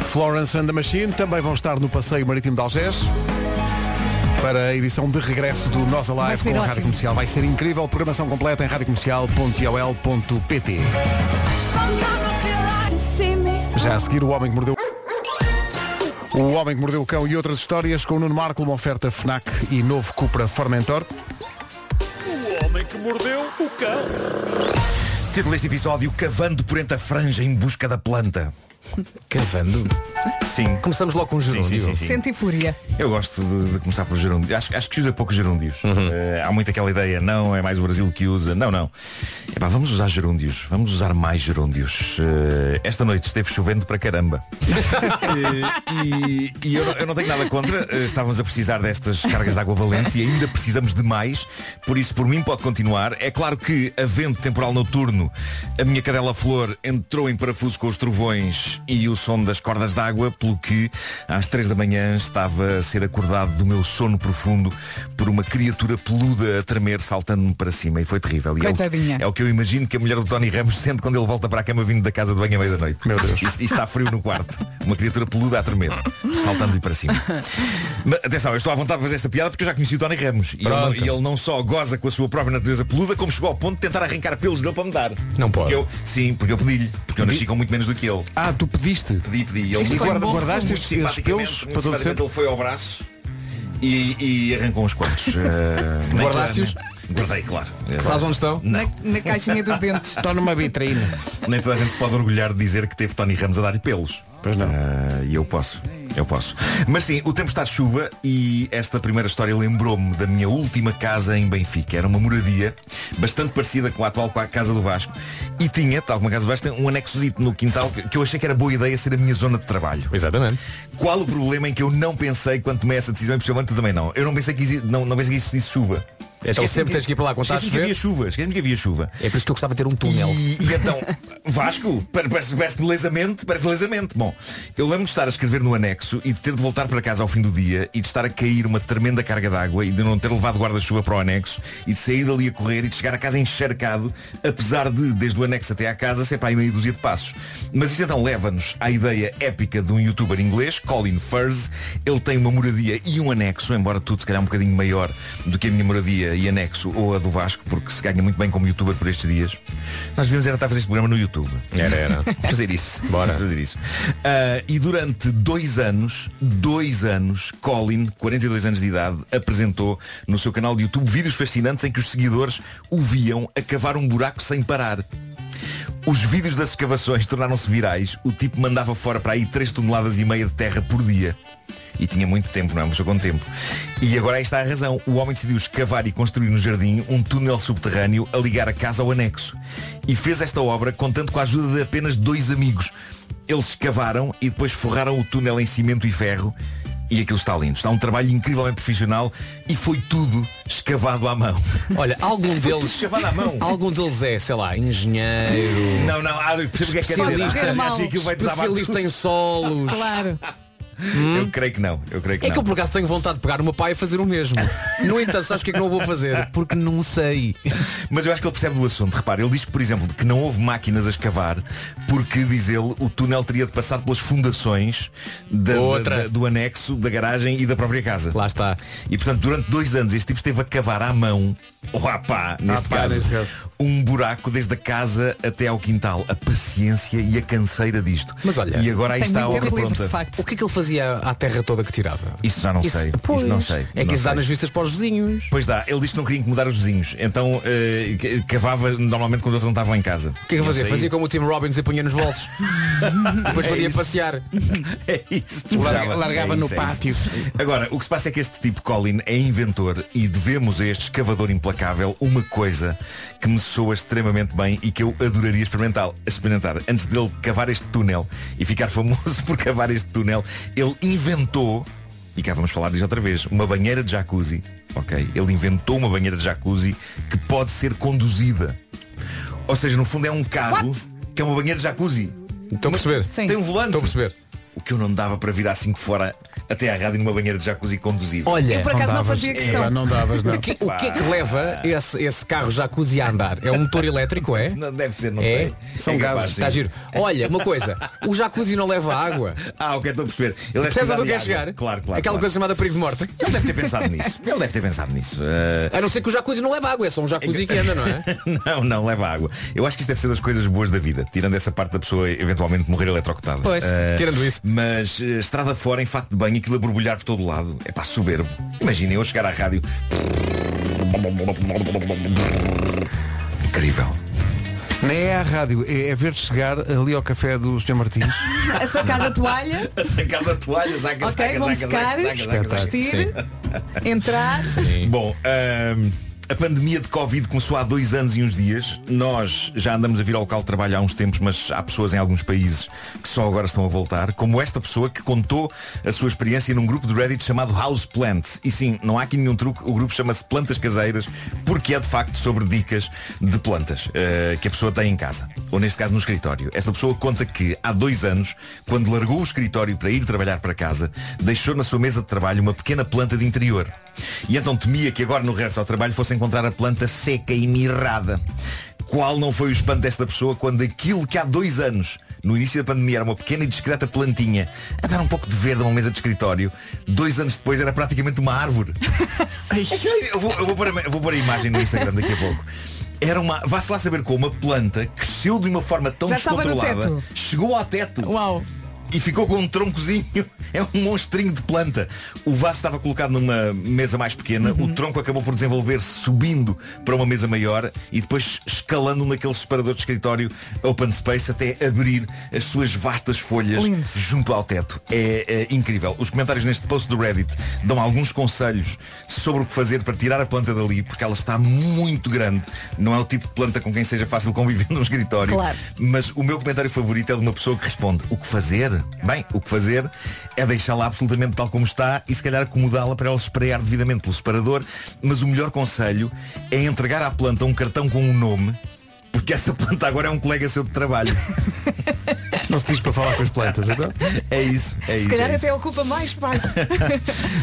B: Florence and the Machine também vão estar no Passeio Marítimo de Algés. Para a edição de regresso do Nós
D: Vai
B: Alive
D: ser
B: com a
D: ótimo.
B: Rádio Comercial. Vai ser incrível. Programação completa em radiocomercial.iol.pt Já a seguir o Homem que Mordeu O Homem que Mordeu o Cão e outras histórias com o Nuno Marco, uma oferta FNAC e novo Cupra Formentor.
F: O homem que mordeu o cão.
I: Título deste episódio, Cavando por entre a franja em busca da planta. Cavando? Sim.
A: Começamos logo com o
I: Sim, sim,
A: gerúndio.
I: sim, sim.
D: Sente fúria.
I: Eu gosto de, de começar pelo gerúndio. Acho, acho que usa poucos gerúndios. Eh, há muito aquela ideia, não, é mais o Brasil que usa. Não, não. Epá, vamos usar gerúndios. Vamos usar mais gerúndios. Eh, esta noite esteve chovendo para caramba. Eh, e e eu, não- eu não tenho nada contra. Eh, estávamos a precisar destas cargas de água valente e ainda precisamos de mais. Por isso, por mim, pode continuar. É claro que, havendo temporal noturno, a minha cadela flor entrou em parafuso com os trovões e o som das cordas d'água, pelo que às três da manhã estava a ser acordado do meu sono profundo por uma criatura peluda a tremer saltando-me para cima. E foi terrível. E é o-
D: Coitadinha.
I: é o que eu imagino que a mulher do Tony Ramos sente quando ele volta para a cama vindo da casa de banho à meia-noite. Meu Deus. E, e está frio no quarto. Uma criatura peluda a tremer, saltando-lhe para cima. Mas, atenção, eu estou à vontade de fazer esta piada porque eu já conheci o Tony Ramos. E ele, não,
B: Pronto.
I: e ele não só goza com a sua própria natureza peluda, como chegou ao ponto de tentar arrancar pelos dele para me dar.
B: Não pode.
I: Porque eu, sim, porque eu pedi-lhe. Porque eu nasci com muito menos do que ele.
B: Ah, tu pediste?
I: Pedi, pedi.
B: E
I: muito-
B: guarda- guardaste
I: muito
B: estes- esses
I: simpaticamente,
B: pelos
I: muito
B: para todo
I: simpaticamente,
B: sempre?
I: Ele foi ao braço e, e arrancou uns quantos. Eh, nem
B: Guardaste-os?
I: claramente- Guardei, claro.
B: Sabes onde estão?
I: Não.
D: Na caixinha dos dentes.
B: Estão numa vitrine.
I: Nem toda a gente se pode orgulhar de dizer que teve Tony Ramos a dar-lhe pelos. Pois não. e eu posso. Eu posso. Mas sim, o tempo está de chuva e esta primeira história lembrou-me da minha última casa em Benfica. Era uma moradia bastante parecida com a atual com a casa do Vasco e tinha, tal como a casa do Vasco, um anexozito no quintal que que eu achei que era boa ideia ser a minha zona de trabalho.
A: Exatamente.
I: Qual o problema em que eu não pensei quando tomei essa decisão e possivelmente tu também não? Eu não pensei que, exi- não, não pensei que existisse chuva.
A: Então
I: Esqueci-me
A: sempre
I: que-
A: tens que ir para lá quando está a
I: esqueci-me
A: chover.
I: que havia chuva, esqueci-me que havia chuva.
A: É por isso que eu gostava de ter um túnel.
I: E, e então, Vasco, pare- parece, parece lesamente, parece lesamente. Bom, eu lembro de estar a escrever no anexo e de ter de voltar para casa ao fim do dia e de estar a cair uma tremenda carga de água e de não ter levado guarda-chuva para o anexo e de sair dali a correr e de chegar a casa encharcado, apesar de, desde o anexo até à casa, ser para aí meia dúzia de passos. Mas isso então leva-nos à ideia épica de um youtuber inglês, Colin Furze. Ele tem uma moradia e um anexo, embora tudo se calhar um bocadinho maior do que a minha moradia e anexo ou a do Vasco, porque se ganha muito bem como youtuber por estes dias. Nós devíamos era estar a fazer este programa no YouTube.
A: Era, era.
I: Fazer isso. Bora. Fazer isso. Ah, e durante dois anos, dois anos, Colin, 42 anos de idade, apresentou no seu canal de YouTube vídeos fascinantes em que os seguidores o viam a cavar um buraco sem parar. Os vídeos das escavações tornaram-se virais. O tipo mandava fora para aí 3 toneladas e meia de terra por dia. E tinha muito tempo, não é? Uma pessoa com tempo. E agora aí está a razão. O homem decidiu escavar e construir no jardim um túnel subterrâneo a ligar a casa ao anexo. E fez esta obra contando com a ajuda de apenas dois amigos. Eles escavaram e depois forraram o túnel em cimento e ferro. E aquilo está lindo. Está um trabalho incrivelmente profissional e foi tudo escavado à mão.
A: Olha, algum
I: Foi tudo
A: deles.
I: escavado à mão.
A: Algum deles é, sei lá, engenheiro.
I: Não, não, ah, eu percebo o que é que quer dizer.
A: Especialista.
I: Ah, já achei que aquilo vai desabar
A: Especialista em solos.
D: Claro.
I: Eu creio que não, eu creio que
A: É
I: não.
A: que eu por acaso tenho vontade de pegar uma pá e fazer o mesmo. No entanto, sabes o que é que não vou fazer? Porque não sei.
I: Mas eu acho que ele percebe do assunto. Repara, ele diz, por exemplo, que não houve máquinas a escavar porque, diz ele, o túnel teria de passar pelas fundações da- da-
A: Outra.
I: da- do anexo, da garagem e da própria casa.
A: Lá está.
I: E portanto, durante dois anos, este tipo esteve a cavar à mão, ou à pá, neste,
B: pá,
I: caso,
B: neste caso.
I: um buraco desde a casa até ao quintal. A paciência e a canseira disto.
A: Mas olha,
I: e agora aí
D: Tem
I: está a
D: muito
I: obra
D: tempo livre,
I: pronta.
D: de facto.
A: O que é que ele vistas e à, à terra toda que tirava.
I: Isso já não sei.
A: pois,
I: Isso não sei.
A: É que
I: Não
A: isso dá
I: sei.
A: nas vistas para os vizinhos.
I: Pois dá, ele disse que não queria incomodar os vizinhos, então eh, ca- cavava normalmente quando eles não estavam em casa.
A: O que é que eu fazia? Fazia como o Tim Robbins e punha nos bolsos. Depois
I: É
A: podia
I: isso.
A: passear.
I: É isso. é
A: Larga- largava no pátio.
I: Agora, o que se passa é que este tipo Colin é inventor e devemos a este escavador implacável uma coisa que me soa extremamente bem e que eu adoraria experimentar. experimentar. Antes dele cavar este túnel e ficar famoso por cavar este túnel, ele inventou, e cá vamos falar disso outra vez, uma banheira de jacuzzi. Ok? Ele inventou uma banheira de jacuzzi que pode ser conduzida. Ou seja, no fundo é um carro que é uma banheira de jacuzzi.
A: Estão a perceber?
I: Tem um volante. Estão a
A: perceber.
I: O que eu não dava para vir assim que fora até à rádio numa banheira de jacuzzi conduzida.
A: Olha,
I: eu
A: É. O que, o que é que leva esse, esse carro jacuzzi a andar? É um motor elétrico, é?
I: Não, deve ser, não
A: é?
I: sei.
A: São
I: É capaz,
A: gases,
I: sim.
A: está giro. Olha, uma coisa, o jacuzzi não leva água.
I: Ah, ok, estou a perceber. Ele deve
A: Percebes onde
I: precisar
A: eu quero
I: de água.
A: chegar?
I: Claro, claro,
A: Aquela
I: claro.
A: coisa chamada perigo de morte.
I: Ele deve ter pensado nisso. Ele deve ter pensado nisso. Eh,
A: A não ser que o jacuzzi não leva água, é só um jacuzzi que anda, não é?
I: não, não, leva água. Eu acho que isto deve ser das coisas boas da vida, tirando essa parte da pessoa eventualmente morrer eletrocutada.
A: Pois,
I: Eh,
A: tirando isso.
I: Mas eh, estrada fora, em fato de banho, aquilo a borbulhar por todo lado. É pá, soberbo. Imaginem eu chegar à rádio. Incrível.
B: Nem é a rádio, é, é ver chegar ali ao café do Sr. Martins.
D: A sacar da toalha.
I: A sacar da toalha, zaca,
D: Ok,
I: zaca,
D: vão
I: zaca,
D: secar,
I: zaca, zaca, zaca,
D: vestir,
I: zaca.
D: entrar.
I: Bom, ahm, a pandemia de Covid começou há dois anos e uns dias. Nós já andamos a vir ao local de trabalho há uns tempos, mas há pessoas em alguns países que só agora estão a voltar, como esta pessoa que contou a sua experiência num grupo de Reddit chamado House Plants. E sim, não há aqui nenhum truque, o grupo chama-se Plantas Caseiras, porque é de facto sobre dicas de plantas eh, que a pessoa tem em casa, ou neste caso no escritório. Esta pessoa conta que há dois anos, quando largou o escritório para ir trabalhar para casa, deixou na sua mesa de trabalho uma pequena planta de interior. E então temia que agora no regresso ao trabalho fosse encontrar a planta seca e mirrada. Qual não foi o espanto desta pessoa quando aquilo que há dois anos, no início da pandemia, era uma pequena e discreta plantinha a dar um pouco de verde a uma mesa de escritório, dois anos depois era praticamente uma árvore. É eu, vou, eu vou pôr a, eu vou pôr a imagem no Instagram daqui a pouco. Era uma, vá-se lá saber como, uma planta cresceu de uma forma tão
D: Já estava no
I: descontrolada,
D: teto.
I: chegou ao teto. E ficou com um troncozinho, é um monstrinho de planta. O vaso estava colocado numa mesa mais pequena, o tronco acabou por desenvolver-se subindo para uma mesa maior e depois escalando naquele separador de escritório open space até abrir as suas vastas folhas junto ao teto. É, é incrível. Os comentários neste post do Reddit dão alguns conselhos sobre o que fazer para tirar a planta dali, porque ela está muito grande. Não é o tipo de planta com quem seja fácil conviver num escritório.
L: Claro.
I: Mas o meu comentário favorito é de uma pessoa que responde O que fazer? Bem, o que fazer é deixá-la absolutamente tal como está E se calhar acomodá-la para ela se espreiar devidamente pelo separador Mas o melhor conselho é entregar à planta um cartão com um nome Porque essa planta agora é um colega seu de trabalho
B: Não se diz para falar com as plantas, então?
I: É isso, é
D: Se
I: isso,
D: calhar
I: é isso.
D: até ocupa mais espaço.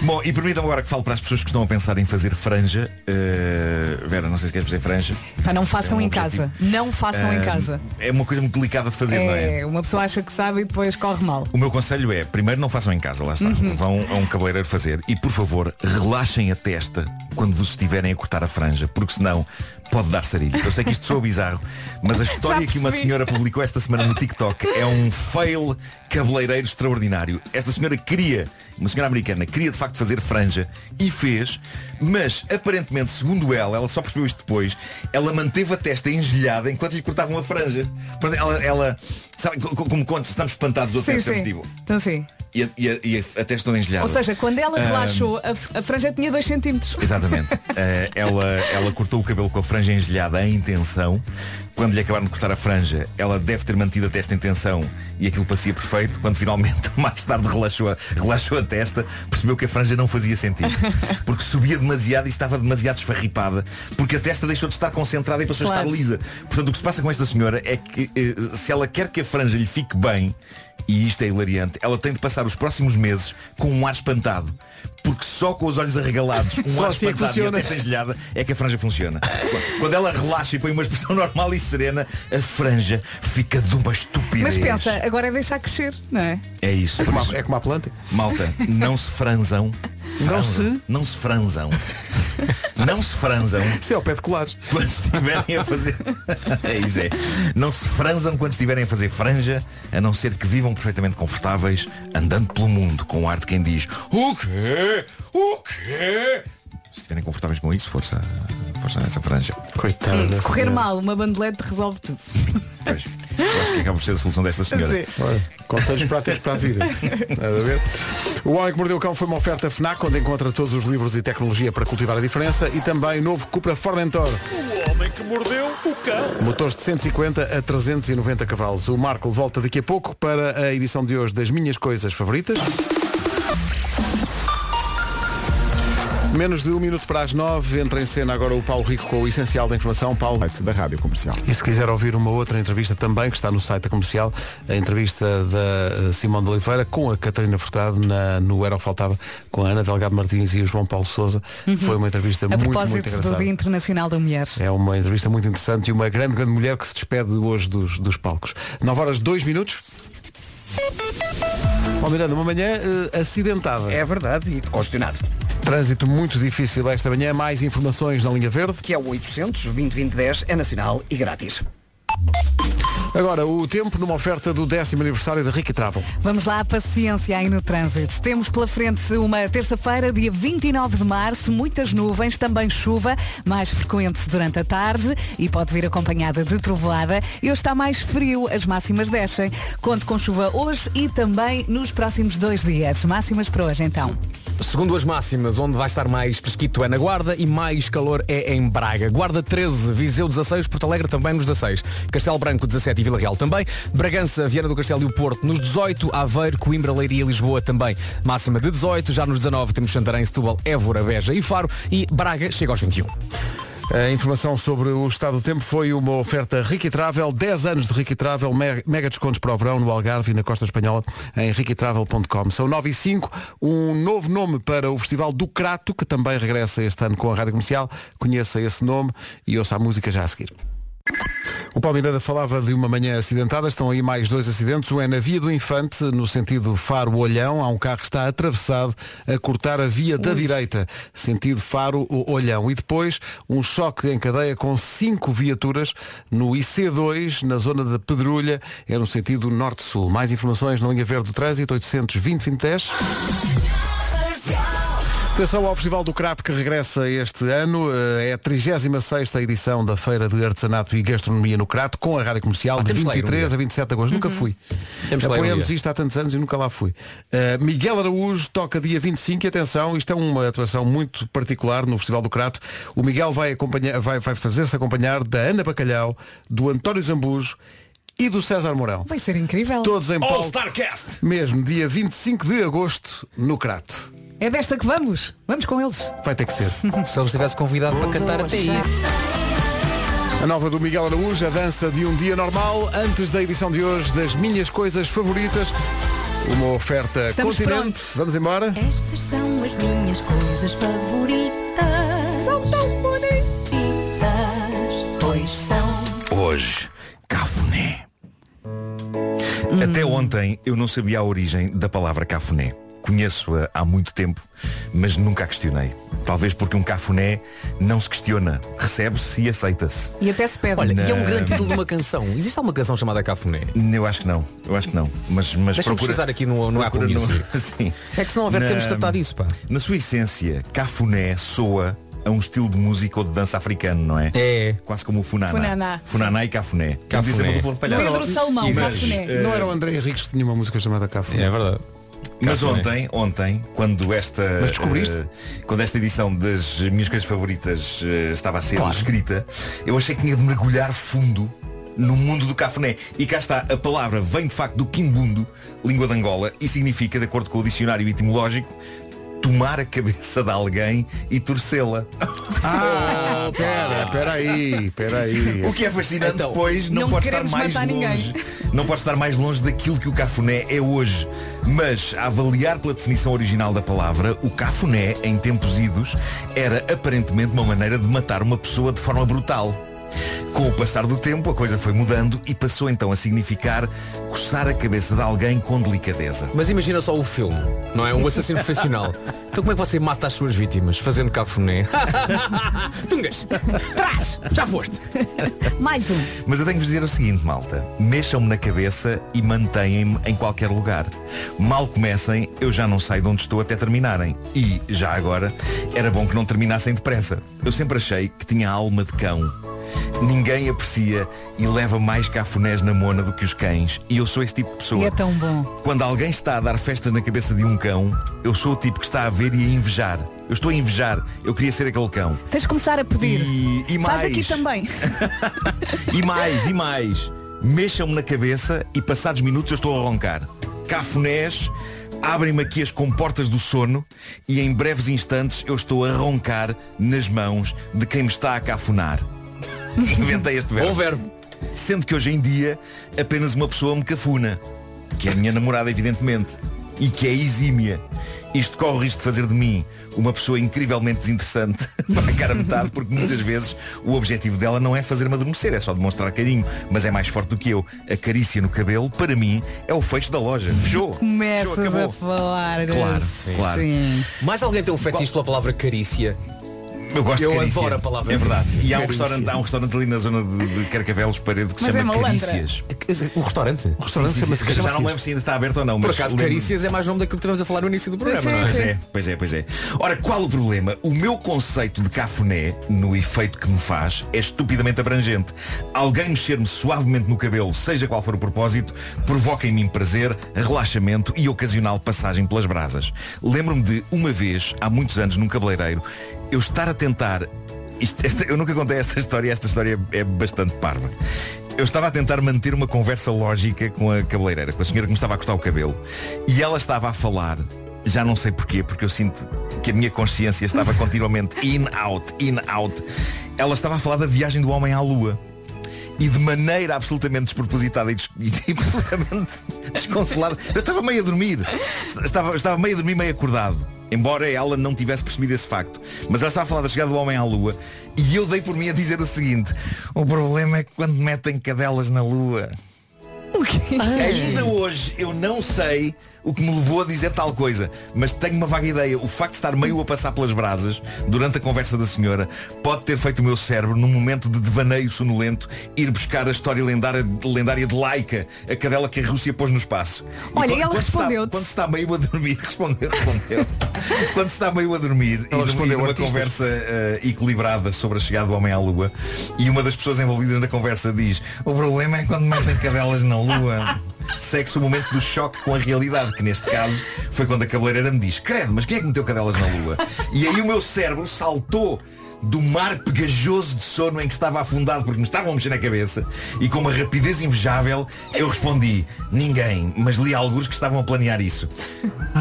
I: Bom, e permitam-me agora que falo para as pessoas que estão a pensar em fazer franja Eh, Vera, não sei se queres fazer franja
D: Pá, não
I: É
D: façam
I: um
D: em
I: objetivo.
D: casa. Não façam Ah, em
I: Eh,
D: casa.
I: É uma coisa muito delicada de fazer, não é?
D: É, uma pessoa acha que sabe e depois corre mal.
I: O meu conselho é, primeiro não façam em casa, lá está.
D: Uhum.
I: Vão a um cabeleireiro fazer. E por favor, relaxem a testa quando vos estiverem a cortar a franja, porque senão pode dar sarilho. Eu sei que isto soa bizarro, mas a história é
L: Já
I: que uma
L: percebi.
I: senhora publicou esta semana no TikTok é um fail cabeleireiro extraordinário. Esta senhora queria, uma senhora americana, queria de facto fazer franja e fez, mas aparentemente, segundo ela, ela só percebeu isto depois, ela manteve a testa engelhada enquanto lhe cortavam a franja. Portanto, Ela, ela sabe, co- co- como quando estamos espantados ou
B: é
D: Sim,
I: temos
D: sim.
I: tipo,
D: Então sim.
I: e a, e a, e a- a testa toda engelhada.
D: Ou seja, quando ela
I: Ah,
D: relaxou, a, f- a franja tinha 2 centímetros.
I: Exatamente. Ah, ela, ela cortou o cabelo com a franja engelhada em tensão. Quando lhe acabaram de cortar a franja, ela deve ter mantido a testa em tensão e aquilo parecia perfeito. Quando finalmente, mais tarde, relaxou a, relaxou a testa, percebeu que a franja não fazia sentido. Porque subia demasiado e estava demasiado esfarripada. Porque a testa deixou de estar concentrada e passou a
L: Claro.
I: estar lisa. Portanto, o que se passa com esta senhora é que eh, se ela quer que a franja lhe fique bem, e isto é hilariante, ela tem de passar os próximos meses com um ar espantado. Porque só com os olhos arregalados, com um
B: Só
I: ar
B: assim é que
I: espantado e a
B: funciona.
I: testa engelhada, é que a franja funciona. Quando ela relaxa e põe uma expressão normal e serena, a franja fica de uma estupidez.
D: Mas pensa, agora é deixar crescer, não é?
I: É isso.
D: É como a-
I: é como a planta. Malta, não se franzam.
D: Não
I: Franzam. Não se franzam. Não se franzam.
B: Isso é o pé de colares.
I: Quando estiverem a fazer. é isso é. Não se franzam quando estiverem a fazer franja, a não ser que vivam perfeitamente confortáveis, andando pelo mundo, com o ar de quem diz O quê? O quê? Se estiverem confortáveis com isso, força, força nessa franja.
B: Coitada.
D: Se correr mal, uma bandelete resolve tudo.
I: Pois, eu acho que acaba por ser a solução desta senhora.
B: Olha, Conselhos práticos para a vida. Nada a ver. O Homem que Mordeu o Cão foi uma oferta FNAC, onde encontra todos os livros e tecnologia para cultivar a diferença e também novo Cupra Formentor.
F: O homem que mordeu o cão.
B: Motores de 150 a 390 cavalos. O Marco volta daqui a pouco para a edição de hoje das minhas coisas favoritas. Menos de um minuto para as nove, entra em cena agora o Paulo Rico com o essencial da informação, Paulo.
C: da Rádio Comercial.
B: E se quiser ouvir uma outra entrevista também, que está no site da comercial, a entrevista da eh, Simone de Oliveira com a Catarina Furtado na, no Era o que Faltava, com a Ana Delgado Martins e o João Paulo Souza.
D: Uhum.
B: Foi uma entrevista
D: A
B: muito, muito
D: propósito do
B: engraçada.
D: Dia Internacional da Mulher.
B: É uma entrevista muito interessante e uma grande, grande mulher que se despede hoje dos, dos palcos. 9 horas 2 minutos. Ó Miranda, uma manhã eh, acidentada.
L: É verdade, e congestionado.
B: Trânsito muito difícil esta manhã. Mais informações na linha verde.
L: Que é o 800 2020 é nacional e grátis.
B: Agora, o tempo numa oferta do décimo aniversário da Rica Travel.
D: Vamos lá, paciência aí no trânsito. Temos pela frente uma terça-feira, dia 29 de março, muitas nuvens, também chuva, mais frequente durante a tarde e pode vir acompanhada de trovoada. E hoje está mais frio, as máximas descem. Conto com chuva hoje e também nos próximos dois dias. Máximas para hoje então.
A: Segundo as máximas, onde vai estar mais fresquito é na Guarda e mais calor é em Braga. Guarda 13, Viseu 16, Porto Alegre também nos 16, Castelo Branco 17 e Vila Real também, Bragança, Viana do Castelo e o Porto nos 18, Aveiro, Coimbra, Leiria e Lisboa também máxima de 18, já nos 19 temos Santarém, Setúbal, Évora, Beja e Faro e um. Braga chega aos 21.
B: A informação sobre o estado do tempo foi uma oferta Riquitravel, 10 anos de Riquitravel, me- mega descontos para o verão no Algarve e na Costa Espanhola em riquitravel.com. São 9 e 5, um novo nome para o Festival do Crato, que também regressa este ano com a Rádio Comercial. Conheça esse nome e ouça a música já a seguir. O Paulo Miranda falava de uma manhã acidentada, estão aí mais dois acidentes. Um é na Via do Infante, no sentido Faro Olhão, há um carro que está atravessado a cortar a via da direita, sentido Faro Olhão. E depois um choque em cadeia com cinco viaturas no IC2, na zona da Pedrulha, é no sentido norte-sul. Mais informações na linha verde do trânsito, 820 2010. Atenção ao Festival do Crato que regressa este ano. Eh, É a 36 edição da Feira de Artesanato e Gastronomia no Crato, com a Rádio Comercial,
A: Ah,
B: de
A: temos lá ir um
B: 23
A: dia.
B: a 27 de agosto. Nunca fui.
A: Temos lá ir um
B: Apoiamos
A: dia.
B: isto há tantos anos e nunca lá fui. Eh, Miguel Araújo toca dia 25 e atenção, isto é uma atuação muito particular no Festival do Crato. O Miguel vai, acompanhar- vai- vai fazer-se acompanhar da Ana Bacalhau, do António Zambujo e do César Mourão.
D: Vai ser incrível.
B: Todos em palco.
I: Starcast!
B: Mesmo dia 25 de agosto no Crato.
D: É desta que vamos. Vamos com eles.
B: Vai ter que ser.
A: Se eles tivessem convidado para cantar até aí.
B: A nova do Miguel Araújo, a dança de um dia normal, antes da edição de hoje das minhas coisas favoritas. Uma oferta
H: Estamos
B: continente.
H: prontos.
B: Vamos embora?
H: Estas são as minhas coisas favoritas. São tão bonitas, pois são.
I: Hoje, cafuné.
A: Hum.
I: Até ontem eu não sabia a origem da palavra cafuné. Conheço-a há muito tempo, mas nunca a questionei. Talvez porque um cafuné não se questiona, recebe-se e aceita-se.
D: E até se pede.
I: Olha,
A: e é um
I: na-
A: grande título de uma canção. Existe alguma canção chamada Cafuné?
I: Eu acho que não, eu acho que não. Mas, mas
A: Deixa-me
I: procura-
A: pesquisar aqui no- no
I: procura
A: Apple
I: no-
A: Music.
I: Sim.
A: É que se não houver, temos de tratar disso, pá.
I: Na sua essência, cafuné soa a um estilo de música ou de dança africano, não é? É. Quase como o funaná.
D: Funaná.
I: Funaná e cafuné.
B: Cafuné.
I: Dizem uma dupla de palhaços.
D: Pedro Salmão, né?
I: Mas,
D: cafuné.
I: eh,
B: Não era o André Henriques que tinha uma música chamada Café.
A: É verdade.
I: Mas
B: Cafuné.
I: ontem, ontem, quando esta
B: Mas descobriste?
I: eh, quando esta edição das minhas coisas favoritas eh, estava a ser escrita, eu achei que tinha de mergulhar fundo no mundo do cafuné. E cá está, a palavra vem de facto do quimbundo, língua de Angola, e significa, de acordo com o dicionário etimológico, tomar a cabeça de alguém e torcê-la.
B: Ah, pera, pera aí, pera aí.
I: O que é fascinante, pois não, pode estar mais longe. Não pode estar mais longe daquilo que o cafuné é hoje. Mas, a avaliar pela definição original da palavra, o cafuné, em tempos idos, era aparentemente uma maneira de matar uma pessoa de forma brutal. Com o passar do tempo, a coisa foi mudando e passou então a significar coçar a cabeça de alguém com delicadeza.
A: Mas imagina só o filme, não é? Um assassino profissional. Então como é que você mata as suas vítimas? Fazendo cafuné. Tungas! Trás! Já foste!
I: Mais um. Mas eu tenho que vos dizer o seguinte, malta. Mexam-me na cabeça e mantêm-me em qualquer lugar. Mal comecem, eu já não saio de onde estou até terminarem. E, já agora, era bom que não terminassem depressa. Eu sempre achei que tinha alma de cão. Ninguém aprecia e leva mais cafunés na mona do que os cães. E eu sou esse tipo de
D: E
I: pessoa.
D: é tão bom.
I: Quando alguém está a dar festas na cabeça de um cão, eu sou o tipo que está a ver e a invejar. Eu estou a invejar. Eu queria ser aquele cão.
D: Tens de começar a pedir.
I: E, e mais.
D: Faz aqui também.
I: E mais, e mais. Mexam-me na cabeça e passados minutos eu estou a roncar. Cafunés, abrem-me aqui as comportas do sono e em breves instantes eu estou a roncar nas mãos de quem me está a cafunar. Inventei este verbo. Sendo que hoje em dia apenas uma pessoa me cafuna, que é a minha namorada, evidentemente, e que é exímia. Isto corre o risco de fazer de mim uma pessoa incrivelmente desinteressante para a cara metade, porque muitas vezes o objetivo dela não é fazer-me adormecer, é só demonstrar carinho, mas é mais forte do que eu. A carícia no cabelo, para mim, é o fecho da loja. Fechou.
D: Começas a falar. né?
I: Claro,
D: Sim.
I: claro.
D: Sim.
A: Mais alguém tem um fetiche pela palavra carícia?
I: Eu gosto
A: Eu
I: de carícia.
A: adoro a palavra
I: É verdade.
A: carícia.
I: E há um,
A: Carícia.
I: restaurante, há um restaurante ali na zona de, de Carcavelos, parede, que se
A: Mas é
I: chama
A: malandra.
I: Carícias.
A: O restaurante? O
I: Sim, sim, sim. Já não me lembro se ainda está aberto ou não.
A: Por
I: mas
A: acaso,
I: lembro-
A: carícias é mais nome daquilo que estivemos a falar no início do programa, não é?
I: Pois é, pois é, pois é. Ora, qual o problema? O meu conceito de cafuné, no efeito que me faz, é estupidamente abrangente. Alguém mexer-me suavemente no cabelo, seja qual for o propósito, provoca em mim prazer, relaxamento e ocasional passagem pelas brasas. Lembro-me de, uma vez, há muitos anos, num cabeleireiro, eu estar a tentar isto- esta- eu nunca contei esta história, esta história é bastante parva. Eu estava a tentar manter uma conversa lógica com a cabeleireira, com a senhora que me estava a cortar o cabelo, e ela estava a falar, já não sei porquê, porque eu sinto que a minha consciência estava continuamente in, out, in, out. Ela estava a falar da viagem do homem à lua. E de maneira absolutamente despropositada e, des- e absolutamente desconsolada. Eu estava meio a dormir. Estava, estava meio a dormir, meio acordado. Embora ela não tivesse percebido esse facto. Mas ela estava a falar da chegada do homem à Lua. E eu dei por mim a dizer o seguinte. O problema é que quando metem cadelas na Lua.
D: É.
I: Ainda hoje eu não sei o que me levou a dizer tal coisa, mas tenho uma vaga ideia. O facto de estar meio a passar pelas brasas durante a conversa da senhora pode ter feito o meu cérebro, num momento de devaneio sonolento, ir buscar a história lendária, lendária de Laika, a cadela que a Rússia pôs no espaço. E
D: Olha, e
I: quan-
D: ela
I: quando se está-
D: respondeu-te.
I: Quando se está meio a dormir, respondeu, respondeu. quando se está meio a dormir e respondeu uma
B: artistas.
I: conversa conversa, eh, equilibrada sobre a chegada do homem à Lua e uma das pessoas envolvidas na conversa diz o problema é quando metem cadelas na Lua. Segue-se o momento do choque com a realidade, que neste caso foi quando a cabeleireira me diz, credo, mas quem é que meteu cadelas na Lua? E aí o meu cérebro saltou do mar pegajoso de sono em que estava afundado porque me estavam a mexer na cabeça e com uma rapidez invejável eu respondi ninguém, mas li alguns que estavam a planear isso.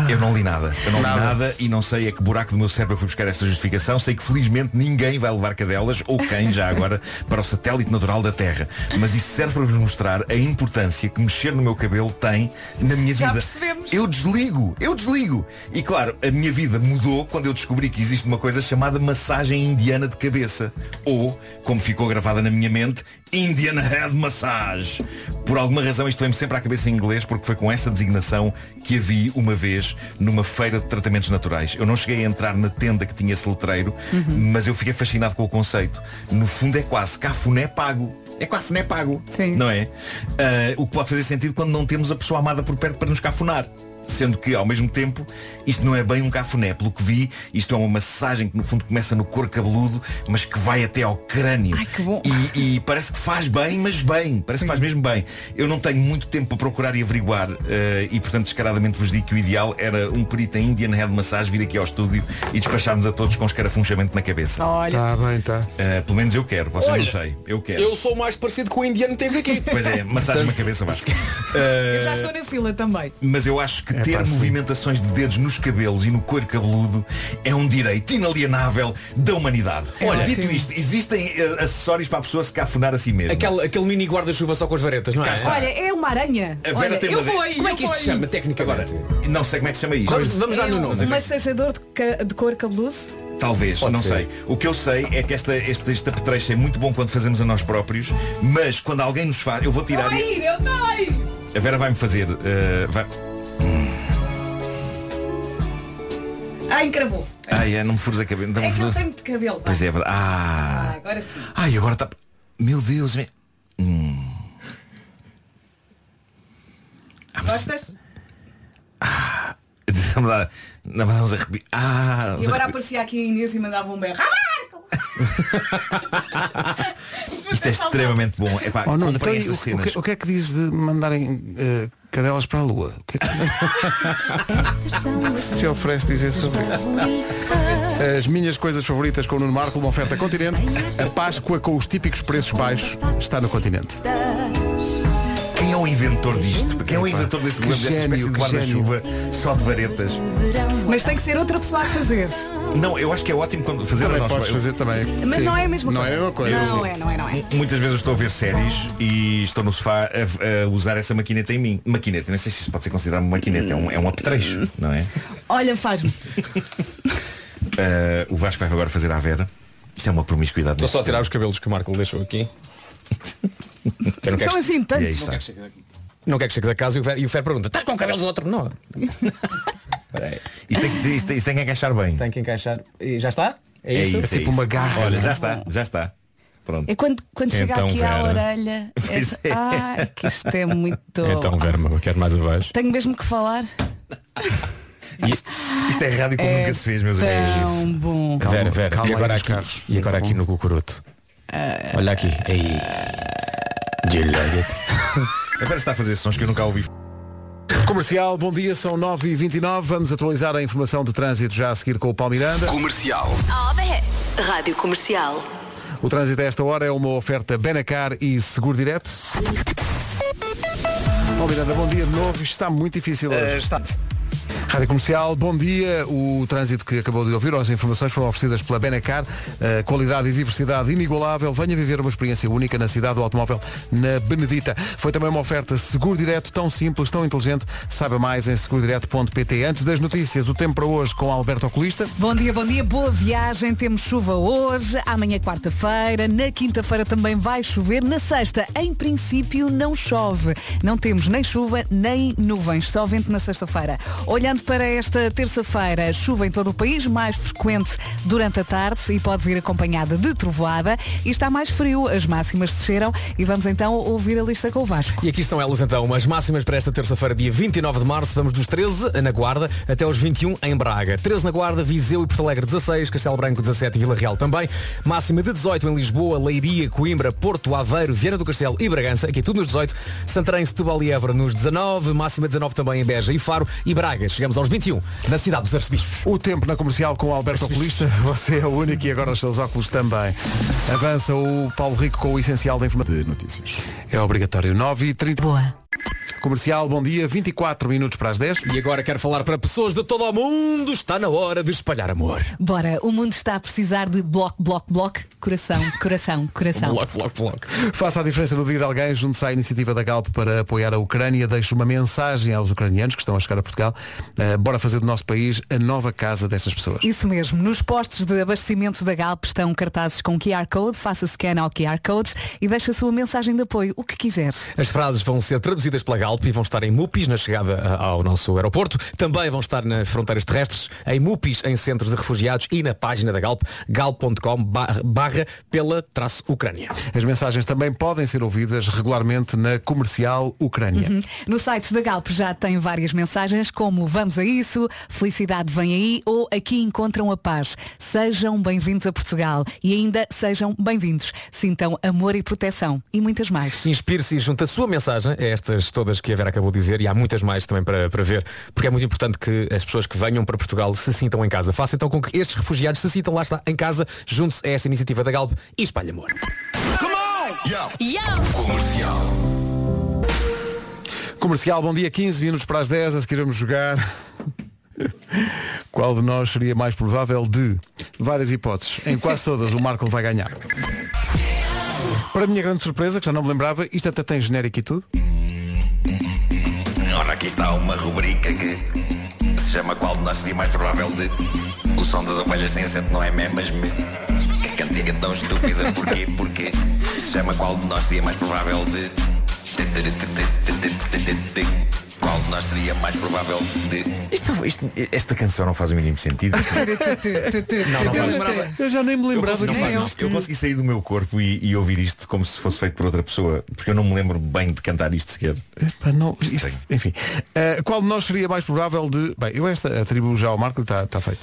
I: Eu não li nada. Eu não
B: Nada.
I: li nada e não sei a que buraco do meu cérebro eu fui buscar esta justificação. Sei que felizmente ninguém vai levar cadelas ou quem já agora para o satélite natural da Terra. Mas isso serve para vos mostrar a importância que mexer no meu cabelo tem na minha
B: Já
I: vida.
B: percebemos.
I: Eu desligo, eu desligo. E claro, a minha vida mudou quando eu descobri que existe uma coisa chamada massagem indiana de cabeça. Ou, como ficou gravada na minha mente, Indian Head Massage. Por alguma razão isto vem-me sempre à cabeça em inglês porque foi com essa designação que a vi uma vez numa feira de tratamentos naturais. Eu não cheguei a entrar na tenda que tinha esse letreiro,
B: Uhum.
I: mas eu fiquei fascinado com o conceito. No fundo é quase cafuné pago. É cafuné pago. Não é? Ah, o que pode fazer sentido quando não temos a pessoa amada por perto para nos cafunar. Sendo que, ao mesmo tempo, isto não é bem um cafuné. Pelo que vi, isto é uma massagem que, no fundo, começa no couro cabeludo, mas que vai até ao crânio. E, e parece que faz bem, mas bem. Parece que faz mesmo bem. Eu não tenho muito tempo para procurar e averiguar. eh, e, portanto, descaradamente vos digo que o ideal era um perito em Indian Head Massage vir aqui ao estúdio e despacharmos a todos com escarafunchamento na cabeça. Eh,
D: Olha.
B: Tá bem, tá.
I: pelo menos eu quero. Vocês
A: Olha,
I: não sei. Eu quero.
A: Eu sou mais parecido com o indiano que tens aqui.
I: Pois é, massagem na cabeça, Vasco. Eh,
D: Eu já estou na fila também.
I: mas eu acho que ter
D: É pá, sim.
I: movimentações de dedos nos cabelos e no couro cabeludo é um direito inalienável da humanidade.
A: É
I: Olha,
A: ótimo.
I: dito isto, existem eh, acessórios para a pessoa se cafunar a si mesma.
A: Aquele, aquele mini guarda-chuva só com as varetas, não é?
I: Cá está.
D: Olha, é uma aranha.
I: A Vera
D: Olha,
I: tem
D: eu
I: uma
D: vou
I: de-
D: aí.
I: Como é
D: eu
I: que isto
D: vou
I: se
D: aí.
I: chama, Agora, não sei como é que se chama isto.
A: Vamos- vamos já
D: É um
I: Mas é que-
D: Massajador de, ca- de cor cabeludo?
I: Talvez,
M: Pode
I: não
M: ser.
I: sei. O que eu sei é que esta, este, este apetrecho é muito bom quando fazemos a nós próprios, mas quando alguém nos faz, eu vou tirar. e-
D: eu estou a ir.
I: A Vera vai-me fazer. eh, vai...
D: Ai, encravou.
I: Ai, é, não me fures a cabeça. Não me
D: É que
I: fures-
D: ele tem muito cabelo. pá.
I: Pois é, é verdade. Ah.
D: Ah, Agora sim.
I: Ai, agora está. Meu Deus, me... Hum. Ah,
D: Gostas?
I: Dá-me lá- dá-me lá uns arrepios. Ah,
D: E
I: uns
D: agora
I: arrepios.
D: aparecia aqui a Inês e mandava um berro. Ah, Marco!
I: Isto é extremamente bom. Epá,
B: Oh, não, então,
I: comprem
B: e
I: estas
B: o, o
I: cenas.
B: que, o que é que diz de mandarem eh, cadelas para a lua? O que é que... Ah, Se oferece dizer sobre isso. As minhas coisas favoritas com o Nuno Marco, uma oferta Continente. A Páscoa com os típicos preços baixos está no Continente.
I: Quem é o inventor disto? Quem é o inventor deste
B: Que
I: programa, desta
B: gênio,
I: espécie de
B: que
I: guarda-chuva só de varetas?
D: Mas tem que ser outra pessoa a fazer.
I: Não, eu acho que é ótimo quando fazer
B: Também
I: a nós
B: podes
I: próprios.
B: fazer também.
D: Mas não é a mesma
B: Não
D: coisa.
B: é a mesma coisa.
D: Não é, não é, não é.
I: Muitas vezes eu estou a ver séries e estou no sofá a, a usar essa maquineta em mim. Maquineta, não sei se isso pode ser considerado uma maquineta, é um, é um apetrecho, não é?
D: Olha, faz-me.
I: Ah, o Vasco vai agora fazer à Vera. Isto é uma promiscuidade.
M: Estou só a
I: neste
M: tirar os cabelos que o Marco deixou aqui. Eu quero
I: São
M: que-
I: assim tantos. E aí
M: Não
I: está.
M: quero que chegues aqui. Não quer que chegues a casa e o Fer, e o Fer pergunta, estás com cabelos do outro? Não.
I: Isto tem, que- isto tem- isto tem que encaixar bem.
M: Tem que encaixar. E já está? É,
I: É
M: isto?
I: isso, é
B: Tipo
I: isso. Olha, já está, já está. Pronto.
D: É quando, quando chega
M: Então,
D: aqui à
M: Vera.
D: orelha.
M: Pois
D: essa-
M: é.
D: Ai, que isto é muito.
B: Oh.
M: Então, Verma, queres mais abaixo?
D: Tenho mesmo que falar.
I: Isto, isto é rádio como
D: É
I: nunca se fez, meus
D: tão
I: amigos.
D: bom.
M: Vera, Vera, e
B: calma aí Tá
M: agora
B: nos
M: aqui, e agora aqui no Cucuruto. Olha aqui. Aí.
I: A Vera está a fazer sons que eu nunca ouvi.
B: Comercial, bom dia, são 9h29. Vamos atualizar a informação de trânsito já a seguir com o Paulo Miranda.
H: Comercial. All the hits. Rádio Comercial.
B: O trânsito a esta hora é uma oferta Benacar e Seguro Direto. Bom, Miranda, bom dia de novo. Isto está muito difícil hoje.
L: Eh,
B: está. Rádio Comercial, bom dia. O trânsito que acabou de ouvir, ou as informações foram oferecidas pela Benacar. Eh, qualidade e diversidade inigualável. Venha viver uma experiência única na cidade do automóvel, na Benedita. Foi também uma oferta Seguro Direto, tão simples, tão inteligente. Saiba mais em segurodireto.pt. Antes das notícias, o tempo para hoje com Alberto Oculista.
D: Bom dia, bom dia, boa viagem. Temos chuva hoje, amanhã quarta-feira, na quinta-feira também vai chover, na sexta, em princípio, não chove. Não temos nem chuva nem nuvens, só vento na sexta-feira. Olhando para esta terça-feira, chuva em todo o país, mais frequente durante a tarde e pode vir acompanhada de trovoada e está mais frio, as máximas desceram e vamos então ouvir a lista com o Vasco.
A: E aqui estão elas então, as máximas para esta terça-feira, dia 29 de março. Vamos dos 13 na Guarda até os 21 em Braga. 13 na Guarda, Viseu e Porto Alegre 16, Castelo Branco 17 e Vila Real também. Máxima de 18 em Lisboa, Leiria, Coimbra, Porto, Aveiro, Viana do Castelo e Bragança. Aqui tudo nos 18. Santarém, Setúbal e Évora nos 19. Máxima 19 também em Beja e Faro e Braga. Chegamos aos 21 na cidade dos Arcebispos.
B: O tempo na comercial com o Alberto Oculista, você é o único e agora os seus óculos também. Avança o Paulo Rico com o essencial da informação. De notícias. É obrigatório. 9 e 30
D: Boa.
B: Comercial, bom dia, 24 minutos para as 10.
A: E agora quero falar para pessoas de todo o mundo. Está na hora de espalhar amor.
D: Bora, o mundo está a precisar de bloco, bloco, bloco, coração, coração, coração.
A: bloco, bloco.
B: Faça a diferença no dia de alguém, junte-se à iniciativa da Galp para apoiar a Ucrânia. Deixe uma mensagem aos ucranianos que estão a chegar a Portugal. Eh, bora fazer do nosso país a nova casa destas pessoas.
D: Isso mesmo. Nos postos de abastecimento da Galp estão cartazes com QR Code. Faça scan ao QR Code e deixe a sua mensagem de apoio, o que quiser.
A: As frases vão ser traduzidas pela Galp e vão estar em MUPIs na chegada a- ao nosso aeroporto. Também vão estar nas fronteiras terrestres, em MUPIs, em centros de refugiados e na página da Galp, galp.com barra- barra pela traço Ucrânia.
B: As mensagens também podem ser ouvidas regularmente na comercial Ucrânia.
D: Uhum. No site da Galp já tem várias mensagens como Vamos a isso, Felicidade vem aí ou Aqui encontram a paz. Sejam bem-vindos a Portugal e ainda sejam bem-vindos. Sintam amor e proteção e muitas mais.
A: Inspire-se e junte a sua mensagem a estas todas que a Vera acabou de dizer e há muitas mais também para, para ver, porque é muito importante que as pessoas que venham para Portugal se sintam em casa. Faça então com que estes refugiados se sintam lá está, em casa, junte-se a esta iniciativa da Galp e espalhe amor.
E: Comercial.
B: Comercial, bom dia, 15 minutos para as 10, a seguir vamos jogar. Qual de nós seria mais provável de várias hipóteses? Em quase todas o Marco vai ganhar. Para a minha grande surpresa, que já não me lembrava, isto até tem genérico e tudo.
I: Ora, aqui está uma rubrica que se chama Qual de nós seria mais provável de.
N: O som das ovelhas sem acento não é mé, mas mé. Que cantiga tão estúpida, porquê? Porque se chama qual de nós seria mais provável de. Qual de nós seria mais provável de.
I: Isto, isto- esta canção não faz o mínimo sentido.
N: Não, não faz.
B: Eu já nem me
I: Eu
B: lembrava
I: consegui, não faz.
B: disso.
I: Eu consegui sair do meu corpo e, e ouvir isto como se fosse feito por outra pessoa, porque eu não me lembro bem de cantar isto sequer.
B: Epá, não, isto- enfim. Ah, qual de nós seria mais provável de. Bem, eu esta atribuo já ao Marco e está feito.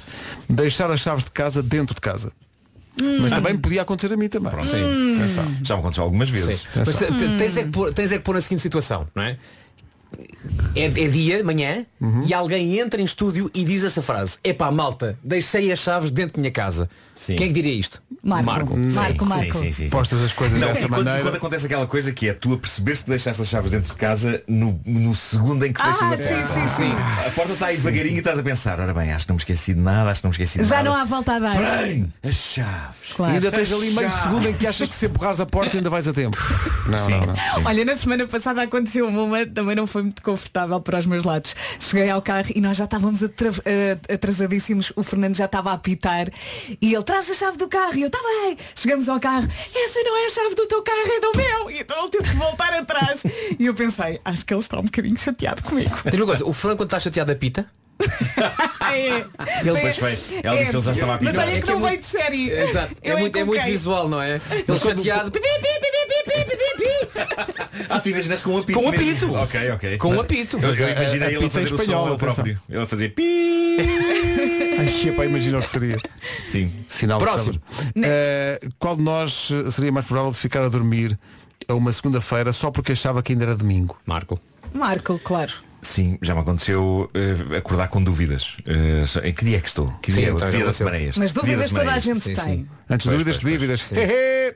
B: Deixar as chaves de casa dentro de casa. Mas também podia acontecer a mim também.
D: Hum.
A: Sim.
B: Atenção.
I: Já me aconteceu algumas vezes.
A: Sim. Mas te- te- tens é, que pôr, tens é que pôr na seguinte situação, não é? É, é dia, manhã,
I: Uhum.
A: e alguém entra em estúdio e diz essa frase. Epá, malta, deixei as chaves dentro da minha casa. Quem é que diria isto?
D: Marco. Marco, Marco.
I: Sim, sim, sim, sim.
B: Postas as coisas
I: Não,
B: dessa
I: e quando,
B: maneira.
I: e quando acontece aquela coisa que é tu apercebeste que deixaste as chaves dentro de casa no, no segundo em que
D: Ah,
I: fechas a
D: sim,
I: porta. Ah,
D: sim, sim.
I: A porta está aí devagarinho e estás a pensar, ora bem, acho que não me esqueci de nada, acho que não me esqueci de
D: Já
I: nada.
D: não há volta a dar.
I: Bem, as chaves.
D: Claro.
B: E ainda tens Ah, ali meio
D: Chaves.
B: segundo em que achas que se empurrares a porta ainda vais a tempo. Não, não, não.
D: Olha, na semana passada aconteceu uma, também não foi muito confortável para os meus lados. Cheguei ao carro e nós já estávamos atra- eh, atrasadíssimos, o Fernando já estava a apitar e ele traz a chave do carro e eu, está bem, chegamos ao carro, essa não é a chave do teu carro, é do meu, e então ele teve que voltar atrás. E eu pensei, acho que ele está um bocadinho chateado comigo.
A: Diz uma coisa, o Fernando quando está chateado apita?
D: É.
A: Ele-
D: É.
A: Pois foi. Ela disse que ele já estava a
D: Mas
A: apitar.
D: olha
A: É
D: que
A: que
D: não
A: é
D: veio
A: muito-
D: de série.
A: Exato. É
D: Eu
A: muito, é muito
D: coloquei.
A: visual, não é? Ele
I: Mas quando-
A: chateado.
D: Pi, pi, pi, pi, pi, pi, pi, pi.
I: Ah, tu imaginaste com um apito.
A: Com um
I: mesmo.
A: apito.
I: Ok, ok.
A: Com um apito.
I: Eu,
A: Mas,
I: eu
A: eh,
I: imaginei ele
A: apito
I: a fazer
A: em
I: o
A: espanhol,
I: som ele
A: atenção.
I: próprio. Ele a fazer pi.
B: Ai, epá, imagina o que seria.
I: Sim.
B: Sinal de
I: Próximo.
B: sabre. Eh, qual de nós eh, seria mais provável de ficar a dormir a uma segunda-feira só porque achava que ainda era domingo?
A: Marco.
D: Marco, claro.
I: Sim, já me aconteceu eh, acordar com dúvidas. Eh, só- em que dia é que estou? Que
B: Sim,
I: dia,
B: então
I: que
B: já
I: dia da
B: aconteceu.
I: semana é este?
D: Mas
I: Que dia da
D: dúvidas
I: semana
D: toda
I: é
D: a
I: este?
D: gente tem.
B: Antes
I: Pois,
B: dúvidas,
I: pois,
B: dívidas.
A: pois, sim.
B: Hehe.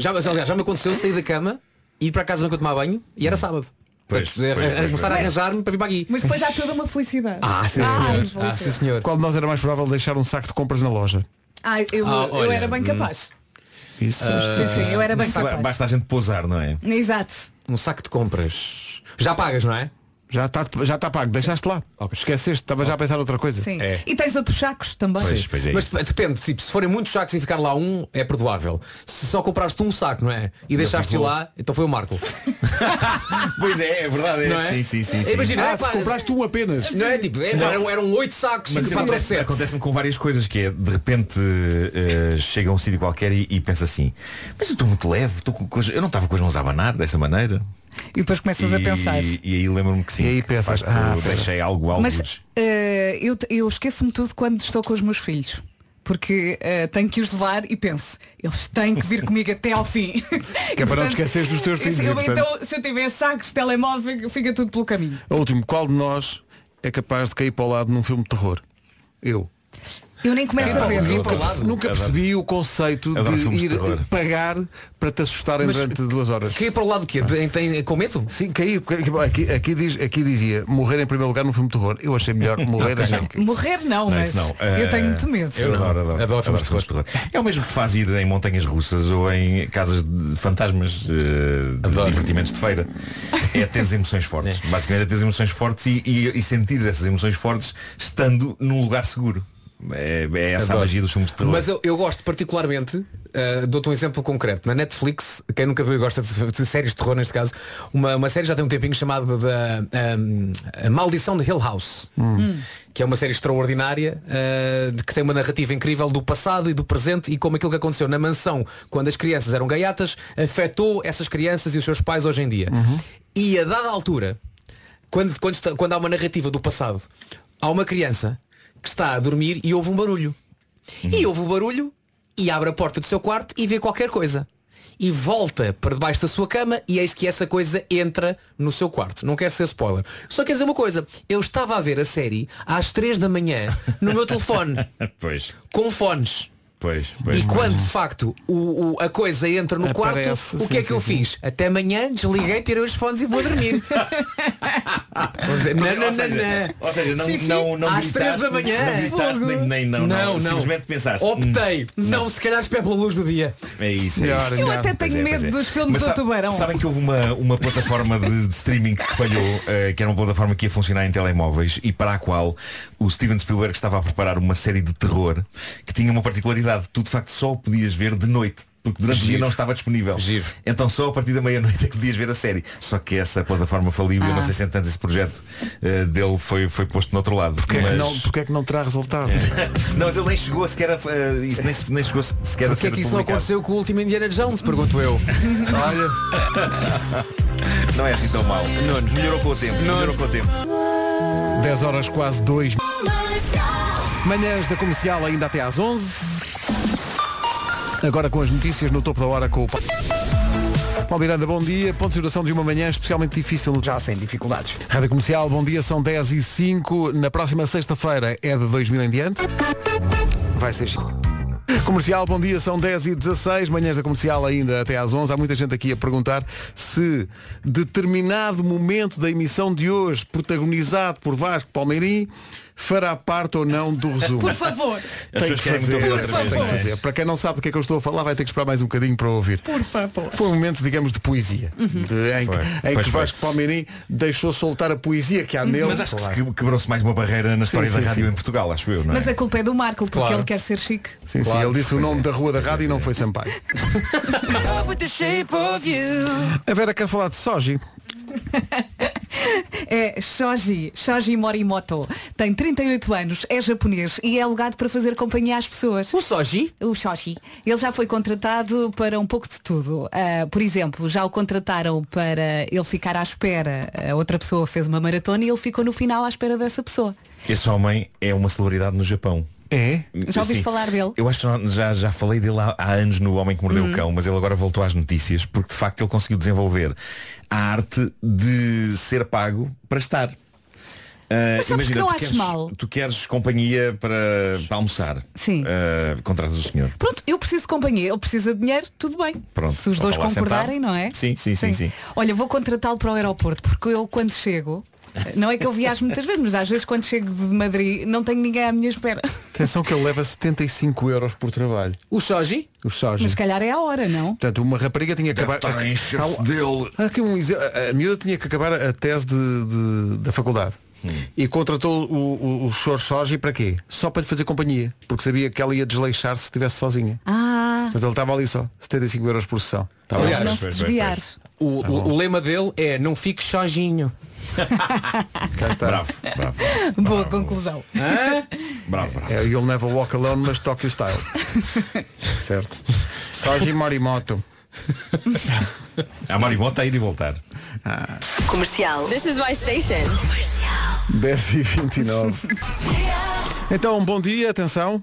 A: já, mas, aliás, já me aconteceu sair da cama, ir para a casa enquanto tomar banho e era sábado.
I: Pois,
A: Portanto,
I: pois,
A: eh,
I: pois,
A: começar a
I: pois.
A: arranjar-me para vir para aqui.
D: Mas depois há toda uma felicidade.
A: Ah, sim, senhor.
B: Qual de nós era mais provável deixar um saco de compras na loja?
D: Ah, eu,
I: Ah,
D: eu
I: olha,
D: era bem
I: hum.
D: capaz.
B: Isso.
I: Ah,
D: Sim, sim, eu era bem
I: Mas
B: é
D: capaz.
I: Basta a gente pousar, não é?
D: Exato.
A: Um saco de compras. Já pagas, não é?
B: Já está já tá pago, deixaste lá. Esqueceste, estava já a pensar outra coisa.
D: Sim.
I: É.
D: E tens outros sacos também.
A: Sim.
B: é.
A: Mas depende, tipo, se forem muitos sacos e ficar lá um, é perdoável. Se só compraste um saco, não é? E deixaste
I: ficou.
A: lá, então foi o Marco.
I: Pois é, é verdade. É.
A: Não é?
I: Sim, sim, sim. sim.
A: Imagina, é, pá,
B: tu apenas.
A: Não é tipo, é,
I: Não.
A: Eram, eram oito sacos,
I: Mas
A: mas
I: isso
A: fatura
I: acontece-
A: sete.
I: acontece-me com várias coisas, que é de repente eh, chega a um sítio qualquer e, e pensa assim, mas eu estou muito leve, estou com coisa- eu não estava com as mãos a abanar desta maneira.
D: E depois começas a pensar.
I: E, aí lembro-me que sim.
B: E aí
I: que de
B: pensas,
I: facto,
B: ah,
I: deixei algo algo.
D: Mas eh, eu, eu esqueço-me tudo quando estou com os meus filhos. Porque eh, tenho que os levar e penso, eles têm que vir comigo até ao fim.
B: Que é para não te esqueceres dos teus filhos,
D: eu-
B: e, portanto-
D: então, se eu tiver sacos, telemóvel, fica- fica tudo pelo caminho.
B: A último, qual de nós é capaz de cair para o lado num filme de terror? Eu.
D: Eu nem começo a ver.
B: nunca, perce- nunca percebi o conceito
I: Adoro
B: de
I: filmes de
B: ir
I: terror.
B: pagar para te assustarem
A: Mas
B: durante duas horas.
A: Cair para o lado que tem com medo?
B: Sim, cair. porque Aqui, aqui, diz, aqui dizia morrer em primeiro lugar num filme de terror. Eu achei melhor morrer em
D: Morrer não, mas eu
B: Eh,
D: tenho muito medo.
I: Eh, Eu adoro, adoro, adoro filmes de terror. É o mesmo que faz ir em montanhas russas ou em casas de fantasmas eh, de divertimentos de feira. É teres emoções fortes. Basicamente é teres emoções fortes e, e, e sentires essas emoções fortes estando num lugar seguro. É, é essa a
A: Adoro.
I: magia dos filmes de terror.
A: Mas eu, eu gosto particularmente, ah, dou-te um exemplo concreto. Na Netflix, quem nunca viu e gosta de, de séries de terror neste caso, uma, uma série já tem um tempinho chamada da ahm, A Maldição de Hill House. Que é uma série extraordinária ah, de que tem uma narrativa incrível do passado e do presente e como aquilo que aconteceu na mansão quando as crianças eram gaiatas afetou essas crianças e os seus pais hoje em dia. E a dada altura, quando, quando, está- quando há uma narrativa do passado, há uma criança que está a dormir e ouve um barulho. E ouve o barulho e abre a porta do seu quarto e vê qualquer coisa. E volta para debaixo da sua cama e eis que essa coisa entra no seu quarto. Não quero ser spoiler. Só quer dizer uma coisa. Eu estava a ver a série às 3 da manhã no meu telefone,
I: Pois,
A: com fones.
I: pois, pois.
A: e quando de facto o- o- a coisa entra no
I: Aparece,
A: quarto, o que
I: sim,
A: é que
I: sim,
A: eu
I: sim.
A: fiz? Até amanhã desliguei, tirei os fones e vou dormir.
I: ou, seja, ou seja, não, não, não
A: Às três
I: gritaste,
A: da manhã.
I: Não gritaste, nem, nem não, não, Simplesmente pensaste. "Hum,
A: Optei. Não, se calhar espero pela luz do dia.
I: É isso, é
A: Eu
I: isso.
A: até tenho
I: Pois
A: medo
I: pois é.
A: dos filmes
I: Mas
A: do
I: sa-
A: tubarão.
I: Sabem que houve uma, uma plataforma de, de streaming que falhou, eh, que era uma plataforma que ia funcionar em telemóveis e para a qual o Steven Spielberg estava a preparar uma série de terror que tinha uma particularidade. Tu de facto só o podias ver de noite. Porque durante o dia
M: Giro.
I: não estava disponível. Então só a partir da meia-noite é que podias ver a série. Só que essa plataforma faliu e eu
B: Ah.
I: não sei se entretanto esse projeto eh, dele foi, foi posto no outro lado.
B: Porquê, é que
I: Mas-
B: não, porquê é que não terá resultado?
I: não, mas ele nem chegou sequer a. eh, isso nem, nem chegou sequer a
A: Porquê
I: ser
A: é que isso não
I: publicado.
A: aconteceu com o último Indiana Jones? Pergunto eu. Olha.
I: Não é assim tão mal. Melhorou com o tempo. Melhorou com o tempo.
B: 10 horas quase 2. Manhãs da comercial ainda até às 11. Agora com as notícias no topo da hora com o Paulo. Paulo Miranda, bom dia. Ponto de situação de uma manhã especialmente difícil. Já sem dificuldades. Rádio Comercial, bom dia. São 10 e 5. Na próxima sexta-feira é de 2000 em diante. Vai ser chique. Comercial, bom dia, são 10 e 16 manhãs da comercial ainda até às 11. Há muita gente aqui a perguntar se determinado momento da emissão de hoje, protagonizado por Vasco Palmeirim, fará parte ou não do resumo.
D: Por favor.
B: Tem
I: pessoas
B: que
I: querem muito
B: fazer,
I: ouvir outra vez,
B: tem que
I: não é?
B: fazer. Para quem não sabe do que é que eu estou a falar, vai ter que esperar mais um bocadinho para ouvir.
D: Por favor.
B: Foi um momento, digamos, de poesia.
D: Uhum.
B: De- em
I: Foi.
B: que, em
I: Pois
B: que
I: foi. Uhum.
B: Vasco Palmeirim deixou soltar a poesia que há nele.
I: Mas acho que se que- quebrou-se mais uma barreira na história
B: sim,
I: da rádio
B: sim.
I: em Portugal, acho eu, não é?
D: Mas a culpa é do Marco, porque
I: Claro.
D: ele quer ser chique.
B: Sim, sim, ele disse o
I: é.
B: nome da rua da rádio e não foi Sampaio. A Vera quer falar de Soji.
D: É Shoji, Shoji Morimoto. Tem 38 anos, é japonês e é alugado para fazer companhia às pessoas. O
A: Shoji?
D: O Shoji. Ele já foi contratado para um pouco de tudo. Ah, por exemplo, já o contrataram para ele ficar à espera. A outra pessoa fez uma maratona e ele ficou no final à espera dessa pessoa.
I: Esse homem é uma celebridade no Japão.
B: É?
D: Já ouviste falar dele?
I: Eu acho que não- já, já falei dele há, há anos no Homem que Mordeu
D: Uhum.
I: o Cão, mas ele agora voltou às notícias porque de facto ele conseguiu desenvolver a arte de ser pago para estar. Ah,
D: Mas sabes que não
I: tu
D: acho
I: queres,
D: mal.
I: tu queres companhia para, para almoçar.
D: Sim.
I: Ah, contratas o senhor.
D: Pronto, eu preciso de companhia, ele precisa de dinheiro, tudo bem.
I: Pronto.
D: Se os
I: Então
D: dois
I: está lá
D: concordarem,
I: sentado.
D: não é?
I: Sim, sim, sim, sim.
D: Olha, vou contratá-lo para o aeroporto, porque eu quando chego, não é que eu viajo muitas vezes, mas às vezes quando chego de Madrid não tenho ninguém à minha espera.
B: Atenção que ele leva 75 euros por trabalho.
A: O Soji?
B: O Soji.
D: Mas se calhar é a hora, não?
B: Portanto, uma rapariga tinha que
D: Deve
B: acabar.
D: estar a encher-se
B: Há- há aqui um exe- a, a miúda tinha que acabar a tese de- de- da faculdade. E contratou o, o, o Sr. Soji para quê? Só para lhe fazer companhia. Porque sabia que ela ia desleixar se estivesse sozinha.
D: Ah,
B: Portanto, ele estava ali só. 75 euros por sessão. Tá bem?
A: Aliás, O,
I: Tá
A: o- o lema dele é não fique sozinho.
B: Cá está. Bravo,
I: bravo.
D: boa conclusão.
I: Bravo, bravo.
B: É, you'll never walk alone, mas Tokyo style. certo. Soji Morimoto.
I: A Maribota a ir e voltar.
O: Comercial. This is my station.
B: 10 e 29 Então, bom dia, atenção.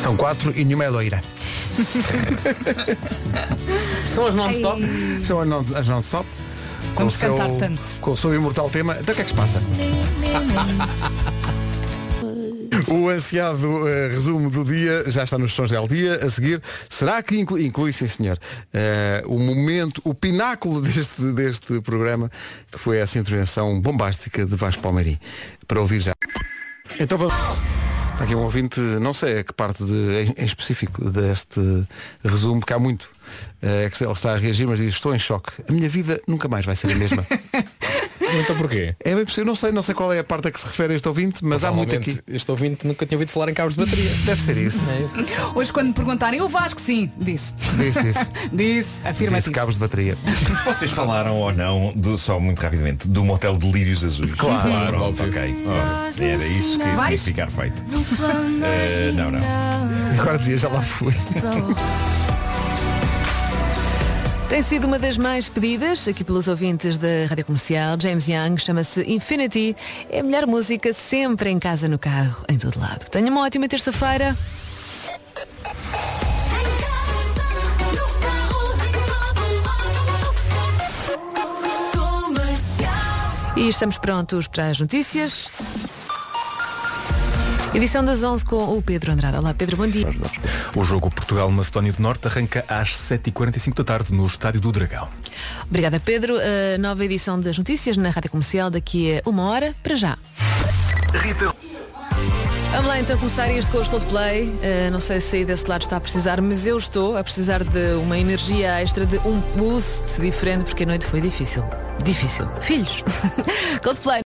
B: São quatro e nenhuma é loira.
A: São as non-stop?
B: São as non- as non-stop. Com o
A: Vamos cantar
B: seu-
A: tanto.
B: Com o seu imortal tema. Então o que é que se passa? O ansiado eh, resumo do dia já está nos sons del dia. A seguir, será que inclui, inclui sim senhor, eh, o momento, o pináculo deste, deste programa, que foi essa intervenção bombástica de Vasco Palmeirim. Para ouvir já. Então vamos. Está aqui um ouvinte, não sei a que parte de, em- em específico deste resumo, porque há muito. eh, que ele está a reagir, mas diz, estou em choque. A minha vida nunca mais vai ser a mesma.
M: Então porquê?
B: É bem possível, não sei, não sei qual é a parte a que se refere este ouvinte, mas há muito aqui.
A: Este ouvinte nunca tinha ouvido falar em cabos de bateria.
B: Deve ser isso.
A: É isso.
D: Hoje quando me perguntarem, o Vasco sim, disse.
B: Disse, disse.
D: disse, afirmativo.
B: cabos de bateria.
I: Vocês falaram ou não, do, só muito rapidamente, do motel Delírios Azuis?
B: Claro,
I: Pronto, ok. Ora, era isso que tinha que
B: Vais?
I: ficar feito. Eh, não, não.
B: Agora dizia, já lá fui.
H: Tem sido uma das mais pedidas aqui pelos ouvintes da Rádio Comercial. James Young chama-se Infinity. É a melhor música sempre em casa, no carro, em todo lado. Tenha uma ótima terça-feira. E estamos prontos para as notícias.
N: Edição das 11 com o Pedro Andrade. Olá, Pedro, bom dia.
B: O jogo Portugal-Macedónia do Norte arranca às 7h45 da tarde no Estádio do Dragão.
N: Obrigada, Pedro. A nova edição das notícias na Rádio Comercial daqui a uma hora. Para já.
P: Rita.
N: Vamos lá então começar este com os Coldplay. Uh, não sei se aí desse lado está a precisar, mas eu estou a precisar de uma energia extra, de um boost diferente, porque a noite foi difícil. Difícil. Filhos. Coldplay.